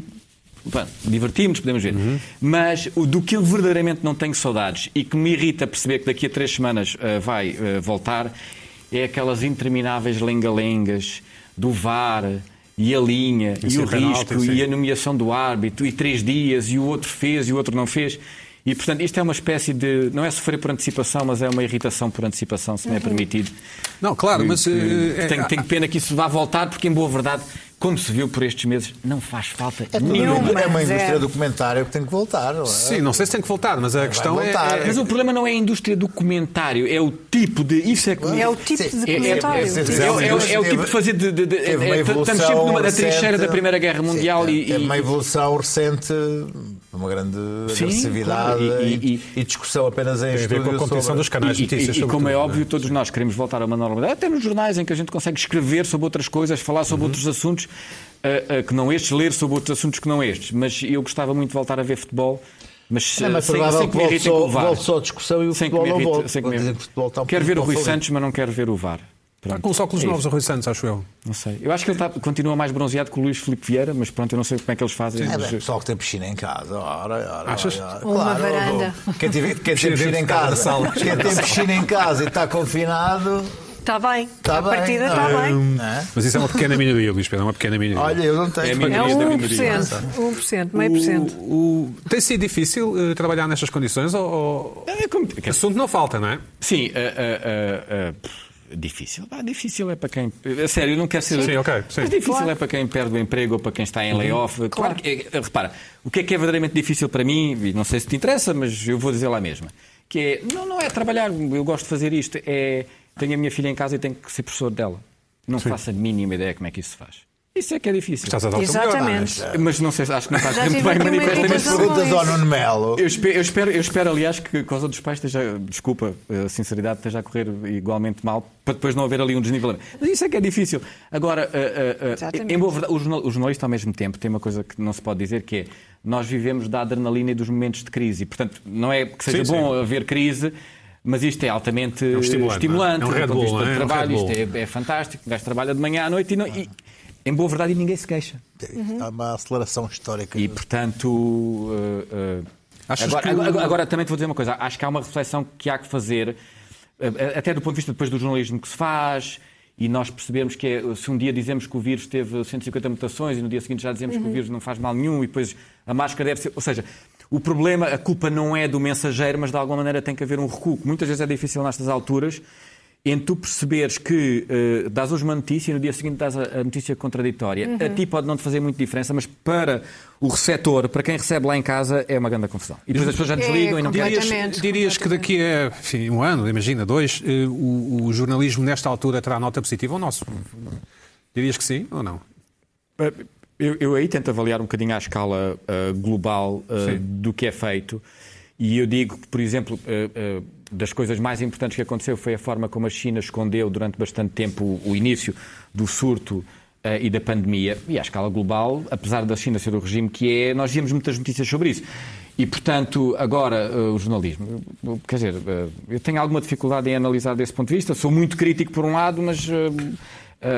bom, divertimos, podemos ver, mas o do que eu verdadeiramente não tenho saudades e que me irrita perceber que daqui a três semanas ah, vai ah, voltar, é aquelas intermináveis lengalengas do VAR e a linha e,
sim,
o
é penalti,
risco
sim.
e a nomeação do árbitro e três dias e o outro fez e o outro não fez. E, portanto, isto é uma espécie de. Não é sofrer por antecipação, mas é uma irritação por antecipação, se me é permitido.
não, claro, mas. eh,
Que- que
é-
ah,
tenho, tenho pena que isso vá voltar, porque, em boa verdade, como se viu por estes meses, não faz falta
tudo
nenhuma.
uma- é uma
mas é-
indústria do comentário que tem que voltar. não é?
ah, Sim, não sei se tem que voltar, mas a questão é-
voltar.
é.
Mas o problema não é a indústria do comentário, é o tipo de. Isso é que.
É o tipo de
É, é, é,
comentário.
é,
Teve-
é o- é o- é o tipo de fazer. De, de- de-
teve
é-
uma
estamos
evolução
sempre numa da
recente.
trincheira da Primeira Guerra Mundial
Sim, é,
e-
teve
e-
uma evolução recente, uma grande
Sim,
agressividade
claro, e-
e,
e-
e discussão apenas em
Tem a ver
estúdio
com a competição
sobre...
dos canais
E,
de notícias.
e- e como
sobretudo,
é
não
óbvio, todos nós queremos voltar a uma normalidade, até nos jornais em que a gente consegue escrever sobre outras coisas, falar sobre
Uhum.
outros assuntos ah, ah, que não estes, ler sobre outros assuntos que não estes. Mas eu gostava muito de voltar a ver futebol, mas,
É,
ah,
mas
sem,
provável
sem que
que
me
volte
irritem com
só,
o VAR.
volte só a discussão e o
Sem que
futebol
me
não
irrite-
volte.
sem que me-
Vou dizer que o futebol está um
Quero ver o
pouco
Rui
favorito.
Santos, mas não quero ver o VAR.
Está
Pronto,
tá com os óculos
é
novos,
isto.
o Rui Santos, acho eu.
Não sei. Eu acho que ele está- continua mais bronzeado que o Luís Filipe Vieira, mas pronto, eu não sei como é que eles fazem.
É,
mas-
bem, pessoal que tem piscina em casa, ora, ora,
Achas?
ora, ora.
Ou uma varanda.
Quem tem, quem tem
Piscina
piscina
dentro
em
da
casa,
sala.
quem tem piscina em casa e está confinado,
Está bem.
Tá
a
bem,
partida
não
está
é?
bem.
não é?
Mas isso é uma pequena minoria, Luís Pedro, é uma pequena minoria.
Olha, eu não
É a
tenho.
minha-
É
Minoria da minoria.
1%, 1%, meio Um por
Uh, um
cento.
O- o- Tem sido difícil eh, trabalhar nestas condições ou- ou.
É como- quer
Assunto não falta, não é?
Sim, ah, ah, ah, ah, pff, difícil. Ah, difícil é para quem. A sério, eu não quero ser.
Sim, ok, sim.
Mas difícil é para quem perde o emprego ou para quem está em
Uhum.
layoff. Claro, que é- repara, o que é que é verdadeiramente difícil para mim, e não sei se te interessa, mas eu vou dizer lá mesmo. Que é, não, não é trabalhar, eu gosto de fazer isto, é tenho a minha filha em casa e tenho que ser professor dela. Não faço a mínima ideia como é que isso se faz. Isso é que é difícil.
Estás a dar o teu melhor, não é?
Exatamente.
Mas não sei, se- acho que não está a
Já
correr muito
tive
bem
aqui uma
manifestamente.
irritação.
Perguntas ao Nuno Melo.
Eu espero, eu, espero, eu espero, aliás, que a causa dos pais esteja, desculpa, eh, a sinceridade, esteja a correr igualmente mal, para depois não haver ali um desnivelamento. Mas isso é que é difícil. Agora, ah, ah, ah,
Exatamente.
em boa verdade, o, jornal- o jornalista, ao mesmo tempo, tem uma coisa que não se pode dizer, que é nós vivemos da adrenalina e dos momentos de crise. E, portanto, não é que seja
Sim,
bom haver crise, mas isto é altamente
um estimulante,
estimulante
não é? É um Red
do ponto de
Bull,
vista
não
de
é? É um
trabalho,
Red
isto é, é fantástico, o gajo trabalha de manhã à noite e, não- e, em boa verdade, ninguém se queixa.
Uhum.
Há uma aceleração histórica.
E, portanto. uh, uh,
Achas
agora,
que o-
agora- agora também te vou dizer uma coisa. Acho que há uma reflexão que há que fazer, uh, uh, até do ponto de vista depois do jornalismo que se faz. E nós percebemos que é, se um dia dizemos que o vírus teve 150 mutações e no dia seguinte já dizemos que o vírus não faz mal nenhum e depois a máscara deve ser. Ou seja, o problema, a culpa não é do mensageiro, mas de alguma maneira tem que haver um recuo, que muitas vezes é difícil nestas alturas, entre tu perceberes que eh, dás hoje uma notícia e no dia seguinte dás a, a notícia contraditória, a ti pode não te fazer muito diferença, mas para o receptor, para quem recebe lá em casa, é uma grande confusão. E depois as pessoas já desligam e não
completamente.
querem.
Dirias, dirias que daqui a enfim, um ano, imagina, dois, eh, o, o jornalismo nesta altura terá nota positiva ou nosso? Dirias que sim ou não?
eh, Eu, eu aí tento avaliar um bocadinho à escala ah, global ah,
Sim.
do que é feito. E eu digo que, por exemplo, ah, ah, das coisas mais importantes que aconteceu foi a forma como a China escondeu durante bastante tempo o, o início do surto ah, e da pandemia. E à escala global, apesar da China ser o regime que é, nós víamos muitas notícias sobre isso. E, portanto, agora ah, o jornalismo. eu- eu- Quer dizer, ah, eu tenho alguma dificuldade em analisar desse ponto de vista. Sou muito crítico por um lado, mas. ah, ah,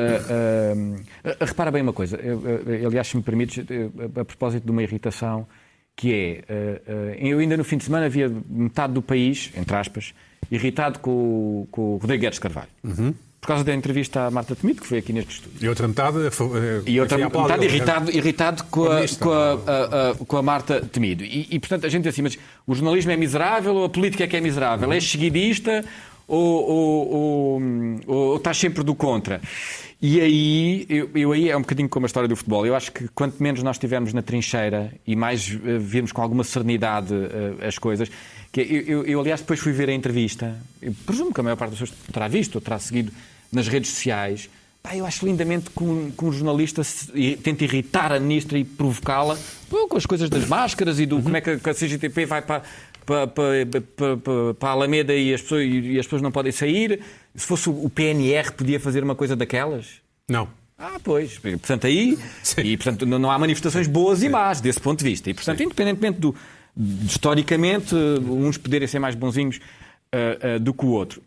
ah, ah, repara bem uma coisa, eu, ah, aliás, se me permites, eu, a a propósito de uma irritação, que é, ah, ah, eu ainda no fim de semana havia metade do país, entre aspas, irritado com, o- com o Rodrigo Guedes Carvalho. Por causa da entrevista à Marta Temido, que foi aqui neste estúdio.
E outra metade. eh, fo- eh,
E outra
enfim, aplaudem,
metade
eles,
irritado, irritado com,
Com a
a,
ministra.
com, a, a- a- com a Marta Temido. E, e, portanto, a gente diz assim, mas o jornalismo é miserável ou a política é que é miserável? É seguidista ou, ou, ou, ou- ou está sempre do contra? E aí, eu, eu aí é um bocadinho como a história do futebol. Eu acho que quanto menos nós estivermos na trincheira e mais eh, virmos com alguma serenidade eh, as coisas... Que eu, eu, eu, aliás, depois fui ver a entrevista. Eu presumo que a maior parte das pessoas terá visto ou terá seguido nas redes sociais. Pá, eu acho lindamente que um, que um jornalista se- i- tente irritar a ministra e provocá-la pô, com as coisas das máscaras e do como é que a, que a CGTP vai para, para, para, para- para- para a Alameda e as, pessoas, e as pessoas não podem sair. Se fosse o o PNR, podia fazer uma coisa daquelas?
Não.
Ah, pois. Portanto, aí
Sim.
e, portanto, não não há manifestações boas e más desse ponto de vista. E, portanto, independentemente do. de- historicamente, eh, uns poderem ser mais bonzinhos ah, ah, do que o outro.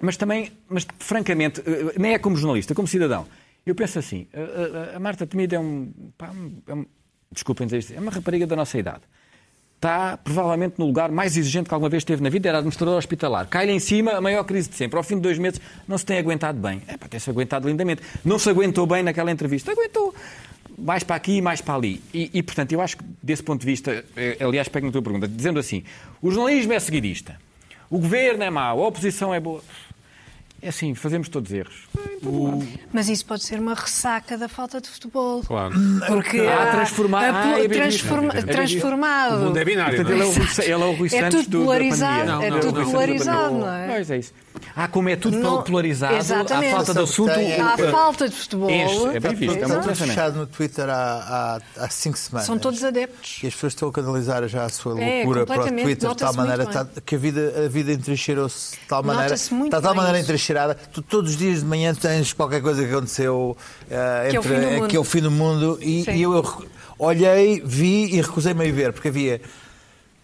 Mas também, mas francamente, eh, nem é como jornalista, como cidadão. Eu penso assim: a- a, a Marta Temido é um. Pá, um- é um- desculpem dizer isto, é uma rapariga da nossa idade. Está tá provavelmente no lugar mais exigente que alguma vez teve na vida, era administrador hospitalar. Cai-lhe em cima a maior crise de sempre. Ao fim de dois meses não se tem aguentado bem. É para ter-se aguentado lindamente. Não se aguentou bem naquela entrevista. Aguentou mais para aqui e mais para ali. E, e, portanto, eu acho que desse ponto de vista, eh, aliás, pego na tua pergunta, dizendo assim: o jornalismo é seguidista, o governo é mau, a oposição é boa. É assim, fazemos todos erros.
Mas isso pode ser uma ressaca da falta de futebol.
Claro.
Porque
Ah,
há-
transforma-
há
ah,
pol-
é bem
transforma-
visto. É bem
transformado.
O mundo é binário.
Portanto,
não é?
ele é o Rui, ele é o Rui
É
Santos
tudo
do,
polarizado,
da pandemia.
é Não, tudo não, não.
polarizado, não é?
Pois é isso. Ah, como é tudo
Não-
polarizado,
Exatamente.
há falta de assunto.
Tem-
Há falta de futebol.
Este, é bem visto, é
Exato.
muito
Estamos
pensamento.
fechados no Twitter há, há, há cinco semanas.
São todos adeptos.
E as pessoas estão a canalizar já a sua
É,
loucura para o
completamente.
Twitter de tal
Nota-se
maneira
muito bem.
tá- que a vida, a vida entrincheirou-se de tal maneira.
Nota-se muito
está de tal
bem
maneira
isso.
entrincheirada. Tu todos os dias de manhã tens qualquer coisa que aconteceu eh,
Que é o
entre-
fim do
eh,
mundo.
que é o fim do mundo. E,
Sim.
e eu, recu- olhei, vi e recusei-me a ir ver, porque havia.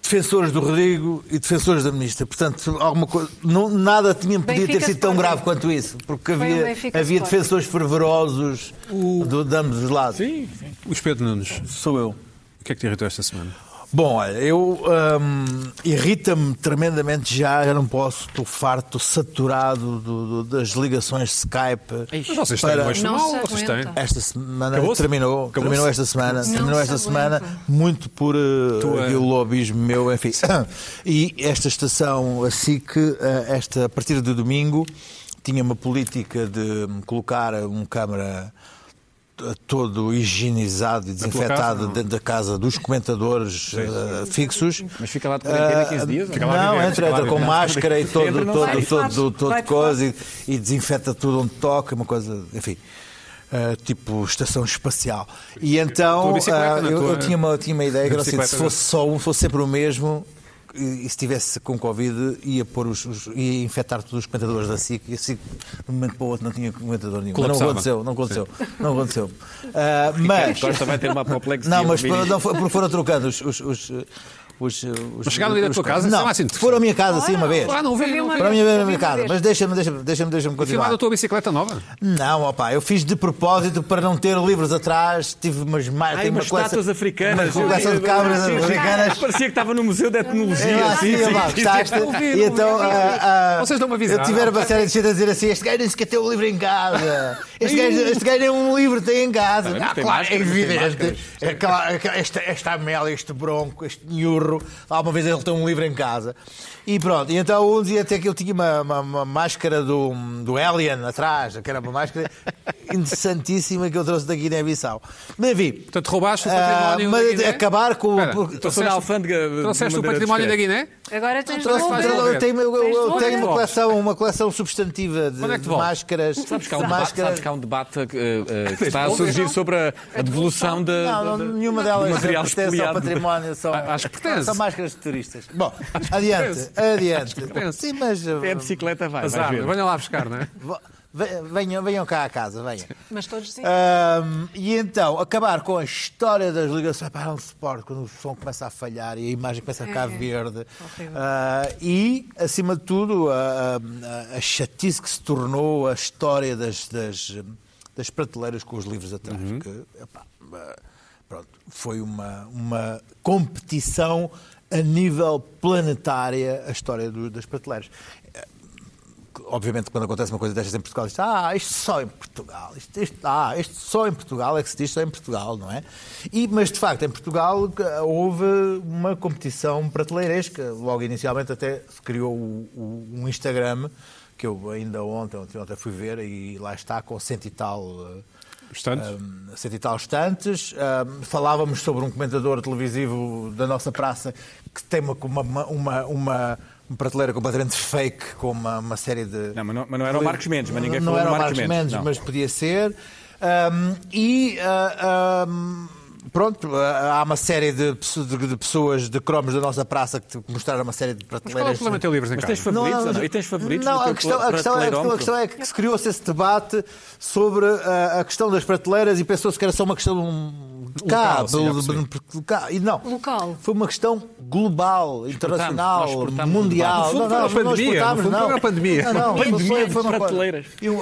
Defensores do Rodrigo e defensores da ministra. Portanto, alguma coisa. Não, nada tinha, podia ter
Benfica
sido tão
Sporting.
grave quanto isso. Porque
Foi um
havia,
Benfica
havia
Sporting.
defensores pessoas fervorosos do, de ambos os lados.
Sim, sim.
Luís Pedro Nunes,
Sou eu.
o que é que te irritou esta semana?
Bom, olha, eu hum, irrita-me tremendamente já, eu não posso, estou farto, saturado do- do- das ligações Skype.
Mas vocês têm
Para-
dois
Não
mal,
se
vocês têm.
aguenta.
Esta semana
Acabou-se?
terminou,
Acabou-se?
terminou esta semana, terminou
se
esta
aguenta.
semana muito por uh,
Tua-
aqui o lobismo meu, enfim. E esta estação, a SIC, uh, esta, a partir de domingo, tinha uma política de hum, colocar um câmara t- todo higienizado e
tua
desinfetado
casa, não?
dentro da casa dos comentadores uh, fixos. Eh,
Mas fica lá de 40 a 15 dias? ou
fica lá a
Não,
viver,
entra,
fica lá a
entra com
viver.
máscara e todo,
Sempre
todo,
não
todo,
sai.
todo, todo,
Vai de
coisa e, e desinfeta tudo onde toca, é uma coisa, enfim. eh, tipo estação espacial. E
Tua
então
bicicleta,
ah,
não é?
eu,
Tua-
eu tinha, uma, eu tinha uma ideia que era assim, se
bicicleta,
fosse só um, fosse sempre o mesmo, e, e se tivesse com Covid, ia, pôr os, os- ia infectar todos os comentadores da SIC, e assim, de um momento para o outro, não tinha comentador nenhum. Mas não
Colapsava.
aconteceu, não aconteceu. Não aconteceu. Ah, mas.
Costa vai ter uma apoplexia
Não, mas
de ouvir
foram,
isto.
não, foi- porque foram trocando os. os, os, os- os- os-
chegaram aí da
os-
tua casa? Isso
Não,
não é assim interessante.
foram à minha casa, sim, uma vez. é
Ah, não vi, não vi.
Foram à minha, à
Uma
minha casa.
vez.
Mas deixa-me deixa deixa deixa
Filmado
continuar.
a tua bicicleta nova?
Não, opá, eu fiz de propósito para não ter livros atrás. Tive umas mais.
Ai, umas estátuas africanas.
Uma coleção de cabras
Sim, sim.
africanas.
Parecia que estava no Museu da
Eu
Etnologia.
lá,
Sim,
eu lá,
sim, sim.
gostaste?
Ouvi,
E então,
ouvi,
ah, ah,
Vocês não me avisaram.
Eu tiver uma série de gente a dizer assim: este gajo nem sequer tem um livro em casa. Este gajo, este gajo nem um livro tem em casa.
Tá bem,
Ah,
tem
claro, é
máscaras, tem
evidente.
máscaras.
É claro, é claro, esta, esta amélia, este bronco, este nhurro, alguma vez ele tem um livro em casa. E pronto, e então um dia até que ele tinha uma, uma- uma máscara do, do Alien atrás, que era uma máscara interessantíssima que eu trouxe da Guiné-Bissau. Mas enfim.
Portanto, roubaste o
ah,
património da
mas
Guiné?
acabar com.
Espera,
porque-
Passou na alfândega. é eh, de
Trouxeste o
maneira
património da
discreta.
Guiné?
Agora tens de
Trouxe-
Vais
eu,
devolver.
tenho, eu- eu- eu
Vais
tenho uma
devolver.
coleção, uma coleção substantiva de,
Quando é que
de
devolves?
máscaras.
Sabes que há um debate,
máscaras.
sabes que há um debate eh, eh, que está a surgir sobre a, a devolução da.
Não,
da-
não,
da-
nenhuma
do
delas
material
pertence ao
expoliado.
património, são,
Ah, Acho que pertence.
são máscaras de turistas. Bom, adiante, adiante.
pertence.
Sim, mas uh,
É a bicicleta, vai. vais
Azar,
ver.
venham lá buscar, não é?
vo- ve- venham, venham cá à casa, venham.
Mas todos sim.
Ahm, e então, acabar com a história das ligações. Pá, não suporte quando o som começa a falhar e a imagem começa a ficar
É, é.
verde.
Horrível.
Ah, e, acima de tudo, a, a- a chatice que se tornou a história das, das, das prateleiras com os livros atrás. Que, epá, ah, pronto, foi uma, uma competição a nível planetária a história do- das prateleiras obviamente quando acontece uma coisa destas em Portugal, diz ah, isto só em Portugal, isto, isto- ah, isto só em Portugal é que se diz só em Portugal, não é? E, mas de facto, em Portugal eh, houve uma competição prateleiresca, logo inicialmente até se criou o- o- um Instagram, que eu ainda ontem, ontem, ontem fui ver, e lá está com cento e tal... eh,
Portanto,
um, cento e tal estantes. Um, falávamos sobre um comentador televisivo da nossa praça que tem uma, uma, uma, uma prateleira completamente fake com uma, uma série de.
Não, mas não- mas não era o Marcos Mendes, mas ninguém
Não
falou
era
do
o Marcos Mendes,
não.
mas podia ser. Um, e. ah, um, Pronto, ah, há uma série de, pesso- de- de pessoas, de cromos da nossa praça que te mostraram uma série de
mas qual é o
prateleiras.
problema de ter livros em
Mas tens
casa?
favoritos? ou não? E tens favoritos?
Não,
no teu
a questão, a, questão, a, questão, a
prateleirômetro?
questão é que se criou-se esse debate sobre ah, a questão das prateleiras e pensou-se que era só uma questão de um- de cá,
Local, sim, já
de- de- de- de cá. E não.
Local.
Foi uma questão global, internacional,
nós exportámos um
mundial.
o debate. No fundo foi a pandemia,
exportámos,
no fundo
não.
foi a pandemia.
Não, não,
Pandemia
foi-
de
foi uma coisa.
prateleiras.
Eu, hum,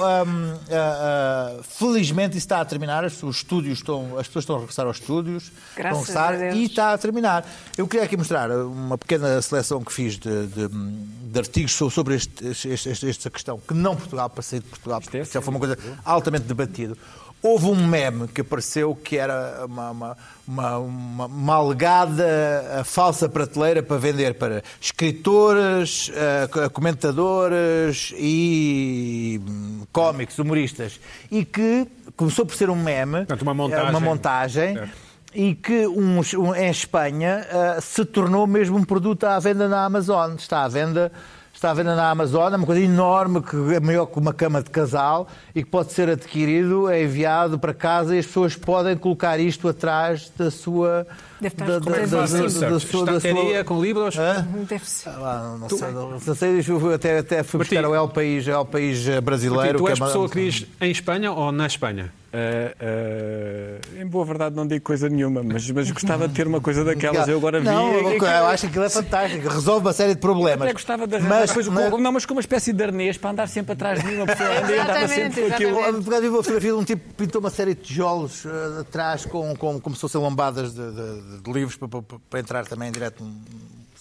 ah, ah, felizmente isso está a terminar, as- os estúdios estão, as pessoas estão a regressar aos estúdios,
Graças
estão a
a
regressar
Deus.
e está a terminar. Eu queria aqui mostrar uma pequena seleção que fiz de, de- de artigos so- sobre este- este- este- esta questão, que não Portugal, para sair de Portugal, porque já foi uma coisa altamente debatida. Houve um meme que apareceu que era uma, uma, uma, uma, uma alegada falsa prateleira para vender para escritores, eh, comentadores e hum, cómicos, humoristas. E que começou por ser um meme,
Portanto, uma
eh,
montagem.
montagem,
Certo.
e que uns- um- em Espanha ah, se tornou mesmo um produto à venda na Amazon. Está à venda. Está à venda na Amazon, é uma coisa enorme que é maior que uma cama de casal e que pode ser adquirido, é enviado para casa e as pessoas podem colocar isto atrás da sua.
Deve estar
da,
escondido.
da-
Como é que
da-
faz
da-
Faço
da
research.
sua- da sua-
Estacaria um com libras.
Hã?
Deve ser.
Ah, não sei, não sei, eu até, até fui
Martim.
buscar ao El País, ao El País
Martim,
brasileiro.
tu
que é
és
uma-
pessoa que diz em Espanha ou na Espanha?
Eh,
Uh, uh, em boa verdade não digo coisa nenhuma, mas, mas gostava de ter uma coisa daquelas. Eu agora vi.
Não,
e-
eu,
e-
eu acho que aquilo é fantástico, resolve uma série de problemas.
até gostava de
Mas-
arranjar depois o-
mas-
não, mas com uma espécie de arnês para andar sempre atrás de mim, uma pessoa anda e andava
Exatamente,
sempre com aquilo.
exatamente.
Eu, eu, eu vi uma fotografia de um tipo que pintou uma série de tijolos eh, atrás com, com, como se fossem lombadas de, de- de livros para, para- para entrar também direto. num-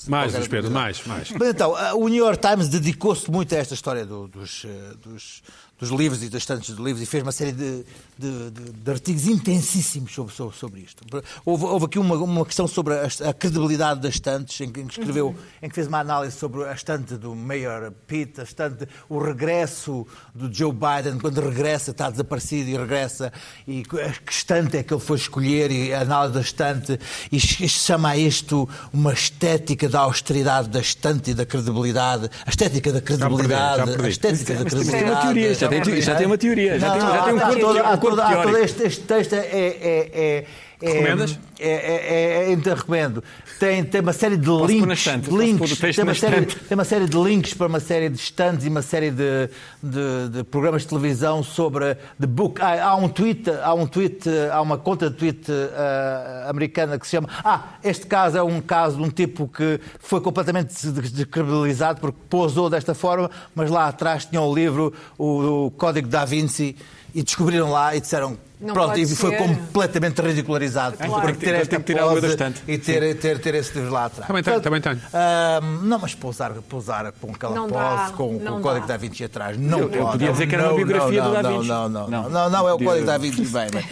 Mais,
qualquer
Luís Pedro,
coisa.
mais, mais.
Mas então, a- o New York Times dedicou-se muito a esta história do- dos, eh, dos- dos livros e das estantes de livros e fez uma série de, de- de- de artigos intensíssimos sobre, sobre, sobre isto. Houve, houve aqui uma, uma questão sobre a, est- a credibilidade das estantes, em que, em que escreveu, em que fez uma análise sobre a estante do Mayor Pitt, a estante, o regresso do Joe Biden, quando regressa, está desaparecido e regressa, e que a- que estante é que ele foi escolher, e a análise da estante, e ch- chama a isto uma estética da austeridade da estante e da credibilidade, a estética da credibilidade,
perdi.
a estética da
Mas tem uma
credibilidade.
teoria, já tem, já tem uma teoria, já
Não,
tem,
não,
já tem um
há- há
corpo,
todo-
um
há
corpo
todo- há todo
teórico.
este, este texto é. é, é, é é-
Recomendas?
É, é, é, é, então recomendo. Tem, tem uma série de
pôr na
links.
estante,
de
posso pôr
links
o texto
tem, uma
na
série,
estante.
tem uma série de links para uma série de stands e uma série de, de, de programas de televisão sobre de book. Há, há um tweet, há um tweet, há uma conta de tweet ah, americana que se chama. Ah, este caso é um caso de um tipo que foi completamente des- descredibilizado porque pousou desta forma, mas lá atrás tinha o livro, o, o Código da Vinci, e descobriram lá e disseram.
Não
pronto,
pode
e foi
ser. É
completamente ridicularizado
Claro.
porque ter
Tem que
esta
tirar algo da
pose
estante.
e ter, ter, ter esse livro lá atrás.
Também tenho, também tenho.
Ahm, ah, não, mas pousar, pousar com aquela
Não
pose,
dá,
com, com
não
o código
dá.
da Vinci atrás, não
Eu- eu
pode.
podia dizer que era uma
Não,
biografia
não,
do Da
não,
Vinci.
Não, não, não,
Não.
não, não, é o
Podia-
código da Vinci, bem, bem.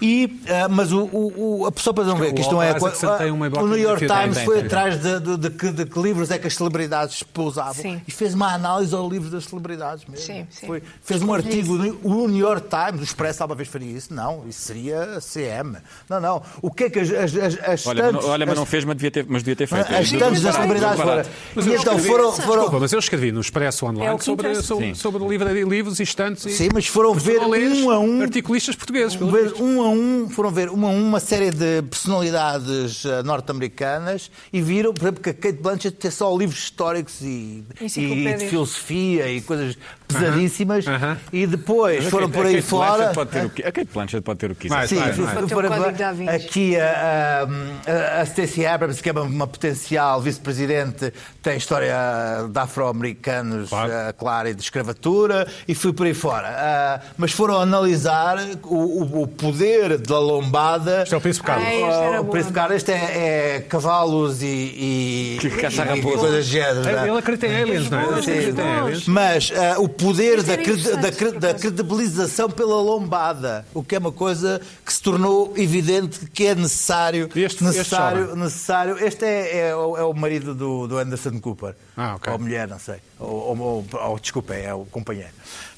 E, ah, mas o, o, o- a pessoa para não ver que isto não é...
Alcázar que se tem uma
o New York
biografia, tem,
Times
tem,
foi
tem.
atrás de, de- de que, de que livros é que as celebridades pousavam
Sim.
e fez uma análise ao livro das celebridades mesmo.
Sim, sim. É
Foi- fez um artigo, o New York Times, o Expresso alguma vez faria isso? Não, isso seria CM. Não, não. O que é que as, as, as, as
Olha, mas não-
estantes-
olha, mas
as-
não fez, mas devia ter, mas devia ter feito.
as estantes das
Sim,
celebridades
Não
foram.
é barato.
E então foram.
Desculpa,
foram
mas eu escrevi no Expresso Online
É o que
sobre,
interessa.
sobre, sobre livra- livros e estantes e
sim, mas foram ver
foram ler
um a um.
articulistas portugueses. pelo
ver um a um, foram ver um a um uma série de personalidades eh, norte-americanas e viram, por exemplo, que a Kate Blanchett tem só livros históricos e, e,
Enciclopédias.
de filosofia e coisas pesadíssimas
aham.
e depois
Mas a
foram
Kate-
por
a
aí
Kate Blanchett
fora.
pode ter o que- A Kate Blanchett pode ter o que quiser.
Mais.
Sim,
Vai,
fui-
vai.
fui
Até o
para-
Código da Vinci.
aqui a, a, a Stacey Abrams, que é uma, uma potencial vice-presidente, tem história de afro-americanos,
Claro.
eh, claro, e de escravatura, e fui por aí fora. Ah, mas foram analisar o, o- o poder da lombada. Eh,
Isto é o Príncipe Carlos.
Ai, esta era
o
boa.
Príncipe Carlos, este é, é cavalos e, e,
Que caça
e- e
raposa.
coisas do género. é?
menos. É, Ele acredita em aliens, não é? Ele acredita em aliens.
Mas ah, o poder
Isso
da,
era
cre-
interessante,
da cre-
por
da
acaso.
credibilização pela lombada, o que é uma coisa que se tornou evidente que é necessário.
E este-
necessário,
este
necessário. Este é, é o, é o marido do, do Anderson Cooper.
Ah, ok.
Ou mulher, não sei. Ou, ou- ou- ou, desculpa, é o companheiro.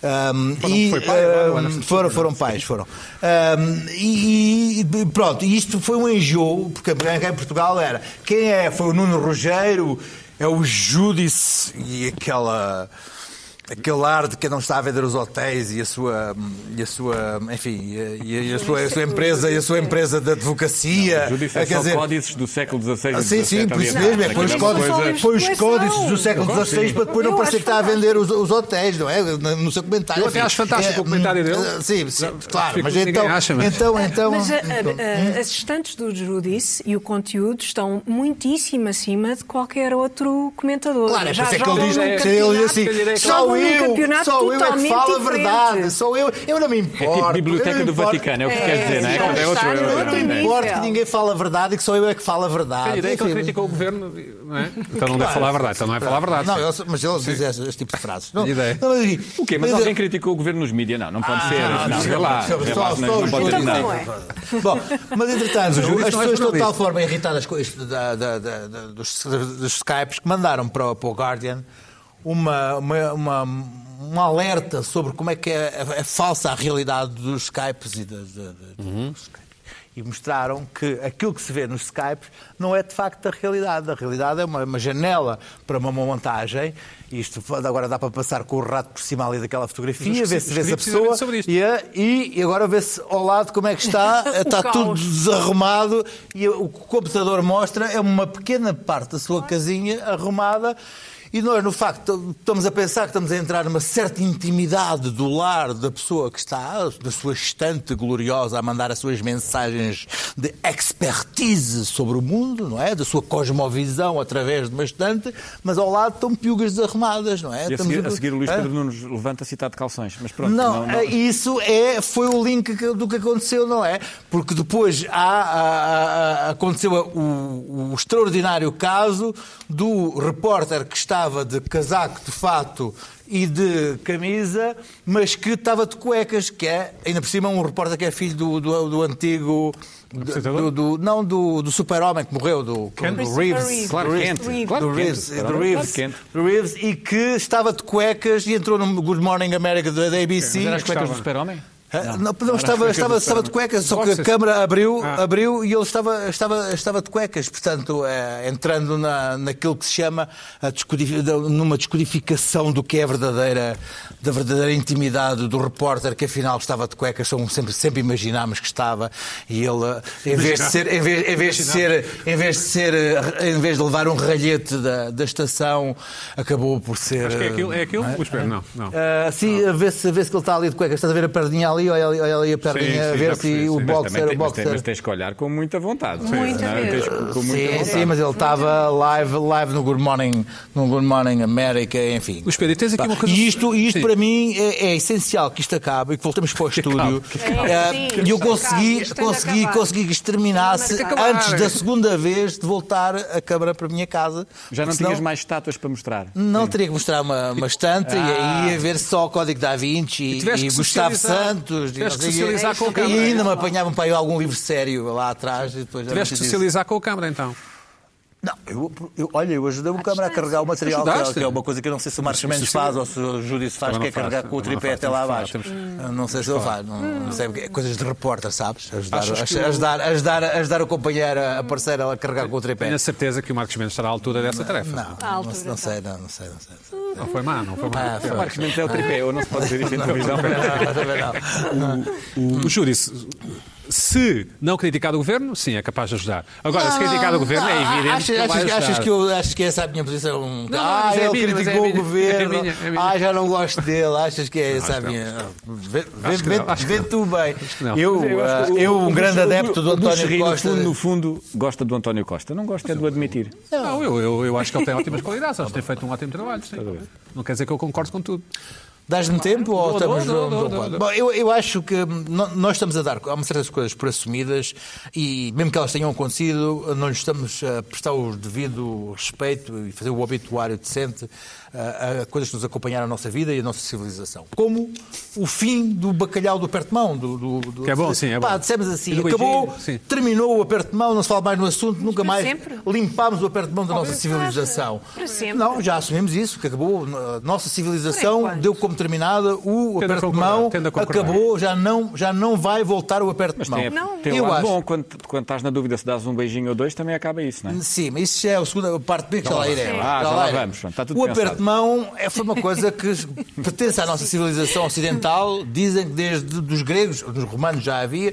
Ahm,
Foram-
e,
foi pai agora,
ahm,
o Anderson é?
foram, foram pais, foram. Ahm, e, e- e pronto, e isto foi um enjoo, porque em Portugal era quem é? Foi o Nuno Rogério, é o Júdice e aquela. Aquele ar de que não está a vender os hotéis e a sua, e a sua enfim, e a, e a- e a sua, a sua empresa, e a sua empresa de advocacia.
Judice é
Quer
só
dizer,
códices do século XVI e
ah, sim, sim,
XVII,
por isso
aliás.
mesmo. É, põe os
Aquela
códices,
coisa-
põe os códices do
Eu
século
gosto,
XVI para depois não
Eu
parecer que
acho
está a
fantástico.
vender os, os hotéis, não é? No no seu comentário.
Eu até
enfim.
acho fantástico
É,
o comentário dele.
ah, Sim, sim, claro.
Fico-
Mas
ninguém
então.
acha, mas-
Então, então.
Mas a- a- a- as estantes do Judice e o conteúdo estão muitíssimo acima de qualquer outro comentador.
Claro, é por isso é que
jogam
ele diz,
num
se ele diz
campeonato-
assim, só o
jogam num
eu,
campeonato
só eu é que
totalmente
falo
diferente.
a verdade, só eu, eu não me importo.
É tipo
eu
Biblioteca
não
do
me importo.
Vaticano, é o que tu
É,
queres dizer, não é?
já
Quando é
está
outro, é
no
outro,
outro
não é?
Não me importo que ninguém fala a verdade e que só eu é que falo a verdade.
A ideia é que ele
Enfim,
criticou o governo, não é? Então não deve falar a verdade, então não é falar a verdade.
Não,
sim.
eu, mas ele diz esse, esse tipo de frases. Não,
Tenho ideia.
não, mas,
O quê? Mas
mas-
alguém criticou o governo nos mídias? Não, não pode ser.
Ah, não,
Não,
não,
vê lá.
não,
vê
só-
lá,
só
não-
os
não pode
Então
ter nada.
como é?
Bom, mas entretanto,
juiz não
as
é
pessoas estão de
jornalista.
tal forma irritadas com isto da- da- da- da- dos, dos Skypes que mandaram para, o- para o Guardian uma, uma, uma- um alerta sobre como é que é, é falsa a realidade dos Skypes e das- da- da-
Uhum.
dos Skypes. E mostraram que aquilo que se vê nos Skypes não é de facto a realidade. A realidade é uma, uma janela para uma montagem. Isto agora dá para passar com o rato por cima ali daquela fotografia,
Mas
ver se vê-se
escrevi
a
precisamente
pessoa
sobre isto.
e, a- e- e agora vê-se ao lado como é que está, está
caos.
tudo desarrumado e o que o computador mostra é uma pequena parte da sua casinha arrumada e nós, no facto, estamos a pensar que estamos a entrar numa certa intimidade do lar da pessoa que está, da sua estante gloriosa a mandar as suas mensagens de expertise sobre o mundo, não é? Da sua cosmovisão através de uma estante, mas ao lado estão piugas desarrumadas, não é?
E a
Estamos
seguir, a seguir o Luís
Hã?
Pedro Nunes levanta-se e está de calções. Mas pronto,
Não, é,
não, não-
isso é, foi o link que- do que aconteceu, não é? Porque depois há- há- há- aconteceu o, o extraordinário caso do repórter que estava de casaco de fato e de camisa, mas que estava de cuecas, que é, ainda por cima, um repórter que é filho do, do, do antigo. Do,
Apresentador?
do- não, do, do super-homem que morreu, do, do
Christopher
Reeves.
Reeve.
Claro,
é Reeves.
quente.
Reeves.
Claro,
Do
quente.
Reeves, do
Claro,
Reeves,
quente.
do Reeves, e que estava de cuecas e entrou no Good Morning America da da ABC.
Mas era as cuecas do
Gostava.
super-homem?
Ah, Não, não, estava, estava, estava de cuecas, só que a
Boxers.
câmara abriu,
Ah.
abriu e ele estava, estava, estava de cuecas, portanto, eh, entrando na, naquilo que se chama a descodifi- da- numa descodificação do que é a verdadeira, da verdadeira intimidade do repórter, que afinal estava de cuecas, como sempre, sempre imaginámos que estava, e ele, eh, em vez de ser, em vez, em vez de ser, em vez de ser, eh, em vez de levar um ralhete da, da estação, acabou por ser.
Acho que é aquilo, é aquilo? Pois, espera, não, não.
Ah, sim, a ver se, a ver se ele está ali de cueca. Estás a ver a perdinha ali, olha ali, olha ali a perdinha,
Sim, sim,
a
já
ver
percebi,
se
sim.
o
Mas
Mas
boxer,
também
o
tem- mas,
boxer.
tem- mas tens que olhar com muita vontade.
Muita
Não é?
mesmo.
Tens com- com muita
Sim,
vontade.
sim, mas ele estava live, live no Good Morning, no Good Morning America, enfim.
Luís Pedro, e tens aqui uma coisa-
E isto, e isto
Sim.
para mim é, é essencial que isto acabe e que voltemos para o estúdio.
acabe.
Ah,
Sim,
E eu
isto acabe,
consegui,
isto tem de
consegui,
acabar.
consegui que isto terminasse
Tem de acabar.
antes da segunda vez de voltar a câmara para a minha casa.
Já não
porque
tinhas
senão-
mais estátuas para mostrar.
Não, teria que mostrar uma, uma estante e aí ia ver só o Código da Vinci e,
Ah. tiveste
e
que
Gustavo
socializar.
Santos. e não
Tiveste que
sei o quê.
socializar com o
e
cara.
ainda me apanhavam para aí algum livro sério lá atrás. E depois já
Tiveste
me
que
disse-
socializar com a Câmara, então.
Não, eu, eu- olha, eu ajudei o câmara a
distância.
carregar o material, que é-
Ajudaste?
que é uma coisa que eu não sei se o Marcos Mendes
isso- é
faz ou se o Júdice faz,
Também
que é
não faz,
carregar com o
também não
tripé
faz,
até lá
temos que
abaixo.
falar,
Hum. Não sei se ele faz, não, não sei porque. é Coisas de repórter, sabes? Ajudar, ajudar, ajudar, ajudar o companheiro, a parceira a carregar com o tripé.
Tenho a certeza que o Marcos Mendes estará à altura dessa tarefa.
Não,
À
não,
altura, então.
não sei, não, não sei, não sei. não sei.
Não foi má, não foi má.
foi.
O Marcos Mendes é o tripé, ou não se pode dizer isso em televisão.
O, o júri, se, se não criticar o governo, sim, é capaz de ajudar. Agora, se criticar o governo, é
Ah,
evidente
achas,
que não vai
achas-
ajudar.
achas que eu acho que essa é a minha posição?
não,
ah,
mas é a
ele
minha, mas é a
criticou o
minha,
governo.
é a minha, é a minha.
Ah, já não gosto dele. Achas que é essa a minha. Vê, vê,
que
vê-
não, acho
vê tu bem.
não.
Eu, ah, eu, um
é
grande adepto do António Costa.
No fundo, no fundo, gosta do António Costa. Não gosta é de o admitir.
Não, eu, eu, eu acho que ele tem ótimas qualidades, acho que tem feito um ótimo trabalho. sim. Não quer dizer que eu concordo com tudo.
Dás-me tempo ou
dou,
estamos
dou,
no-
dou,
no
dou, dou.
quadro? Bom, eu, eu acho que hum, no- nós estamos a dar há umas certas coisas por assumidas e mesmo que elas tenham acontecido, não lhes estamos a prestar o devido respeito e fazer o obituário decente a, a coisas que nos acompanharam a nossa vida e a nossa civilização. Como o fim do bacalhau do aperto de mão. Do, do- do-
Que é bom, sim, é
Pá,
bom.
dissemos assim,
E do
acabou,
beijinho, sim.
terminou o aperto de mão, não se fala mais no assunto, nunca
Para
mais
sempre.
limpámos o aperto de mão da nossa
Para
civilização.
Para sempre.
Não, já assumimos isso, que acabou. A nossa
Por
civilização
enquanto.
deu como terminada o
Tendo a
aperto de
concordar,
mão,
tendo a concordar.
acabou, já não, já não vai voltar o aperto de mão.
Tem,
Não.
tem o
Eu
lado
acho.
bom, quando, quando estás na dúvida se dás um beijinho ou dois, também acaba isso, não é?
Sim, mas isso já é a segunda parte B que já lá iremos.
Ah, já lá
iremos.
vamos, pronto, está tudo
O aperto
pensado.
de mão é, foi uma coisa que pertence à nossa civilização ocidental. Dizem que desde dos gregos, dos romanos já havia,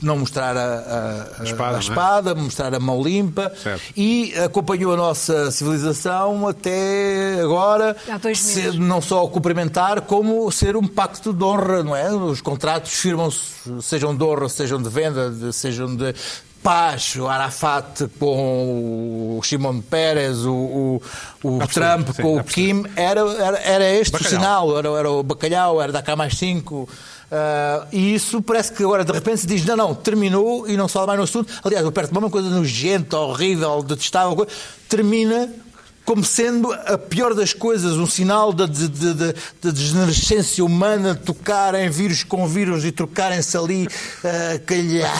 não mostrar a, a- a- a espada,
espada, não é?
mostrar a mão limpa.
Certo.
E acompanhou a nossa civilização até agora.
Há dois
se-
meses.
não só o cumprimentar, como ser um pacto de honra, não é? Os contratos firmam-se, sejam de honra, sejam de venda, de- sejam de. paz, o Arafat com o Shimon Peres, o, o, o Trump
sim,
com o
absoluto.
Kim, era, era, era este o
Bacalhau.
sinal, era, era o bacalhau, era da cá mais 5. e isso parece que agora de repente se diz: não, não, terminou e não se fala mais no assunto. Aliás, o Perto de Mão é uma coisa nojenta, horrível, detestável, coisa, termina como sendo a pior das coisas, um sinal da de, de, de- da degenerescência humana, tocar em vírus com vírus e trocarem-se ali ah, calhar.